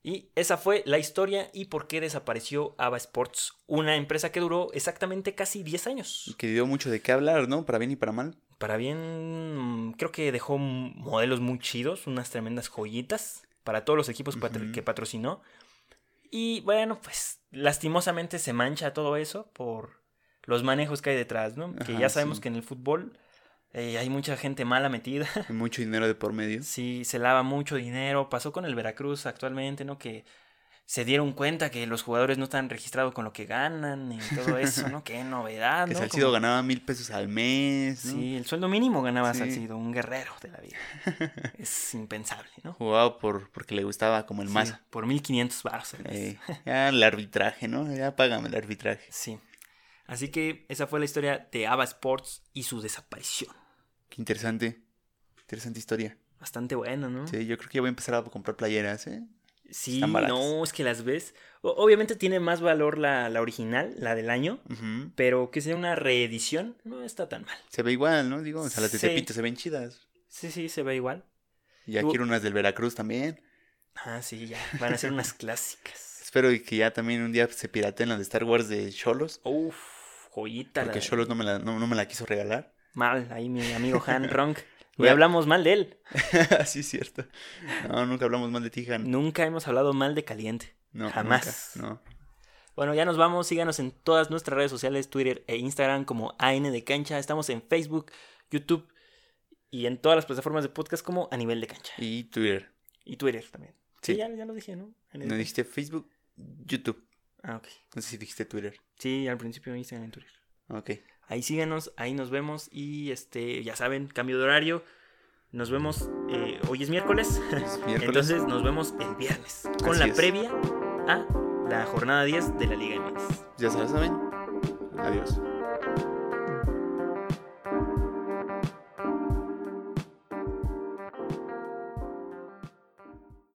S2: Y esa fue la historia y por qué desapareció Ava Sports, una empresa que duró exactamente casi 10
S1: Y
S2: años.
S1: que dio mucho de qué hablar, ¿no? Para bien y para mal.
S2: Para bien, mm, creo que dejó m- modelos muy chidos, unas tremendas joyitas para todos los equipos patro-
S1: Ujú.
S2: que patrocinó. Y bueno, pues lastimosamente se mancha todo eso por los manejos que hay detrás, ¿no? Que
S1: Ajá,
S2: ya sabemos
S1: sí.
S2: que en el fútbol eh, hay mucha gente mala metida.
S1: Y mucho dinero de por medio.
S2: Sí, se lava mucho dinero. Pasó con el Veracruz actualmente, ¿no? Que se dieron cuenta que los jugadores no están registrados con lo que ganan y todo eso, ¿no? Qué novedad,
S1: que
S2: Ah, ¿no?
S1: Salcido
S2: Como-
S1: ganaba mil pesos al mes, ¿no?
S2: Sí, el sueldo mínimo ganaba
S1: Sí.
S2: Salcido, un guerrero de la vida. Es impensable, ¿no?
S1: Jugaba por, porque le gustaba como el
S2: Sí,
S1: masa.
S2: por 1500 baros. al mes.
S1: Eh, ya el arbitraje, ¿no? Ya págame el arbitraje.
S2: Sí. Así que esa fue la historia de Ava Sports y su desaparición.
S1: Qué interesante. Interesante historia.
S2: Bastante buena, ¿no?
S1: Sí, yo creo que ya voy a empezar a comprar playeras, ¿eh?
S2: Sí,
S1: Están baratas.
S2: no, es que las ves. O- obviamente tiene más valor la, la original, la del año.
S1: Ujú.
S2: Pero que sea una reedición no está tan mal.
S1: Se ve igual, ¿no? Digo, o sea, las de
S2: Sí.
S1: Tepito se ven chidas.
S2: Sí, sí, se ve igual.
S1: Ya
S2: Tú-
S1: quiero unas del Veracruz también.
S2: Ah, sí, ya. Van a ser unas clásicas.
S1: Espero y que ya también un día se piraten las de Star Wars de Cholos.
S2: Uf, joyita. la
S1: Porque
S2: de-
S1: Cholos no me, la, no, no me la quiso regalar.
S2: Mal, ahí mi amigo Han Ronk. Le
S1: Güey.
S2: hablamos mal de él.
S1: sí, es cierto. No, nunca hablamos mal de Tijan.
S2: Nunca hemos hablado mal de Caliente.
S1: No,
S2: jamás.
S1: nunca, no.
S2: Bueno, ya nos vamos. Síganos en todas nuestras redes sociales, Twitter e Instagram como AN de Cancha. Estamos en Facebook, YouTube y en todas las plataformas de podcast como A Nivel de Cancha.
S1: Y Twitter.
S2: Y Twitter también. Sí,
S1: Sí.
S2: ya, ya lo dije, ¿no? A nivel
S1: No
S2: de-
S1: dijiste Facebook, YouTube.
S2: Ah, ok.
S1: No sé si dijiste Twitter.
S2: Sí, al principio Instagram y Twitter.
S1: Ok.
S2: Ahí síganos, ahí nos vemos y este, ya saben, cambio de horario. Nos vemos, eh, hoy es miércoles,
S1: Es miércoles.
S2: entonces nos vemos el viernes con
S1: Así
S2: la
S1: es.
S2: previa a la jornada 10 de la Liga MX.
S1: ya se lo saben. Adiós.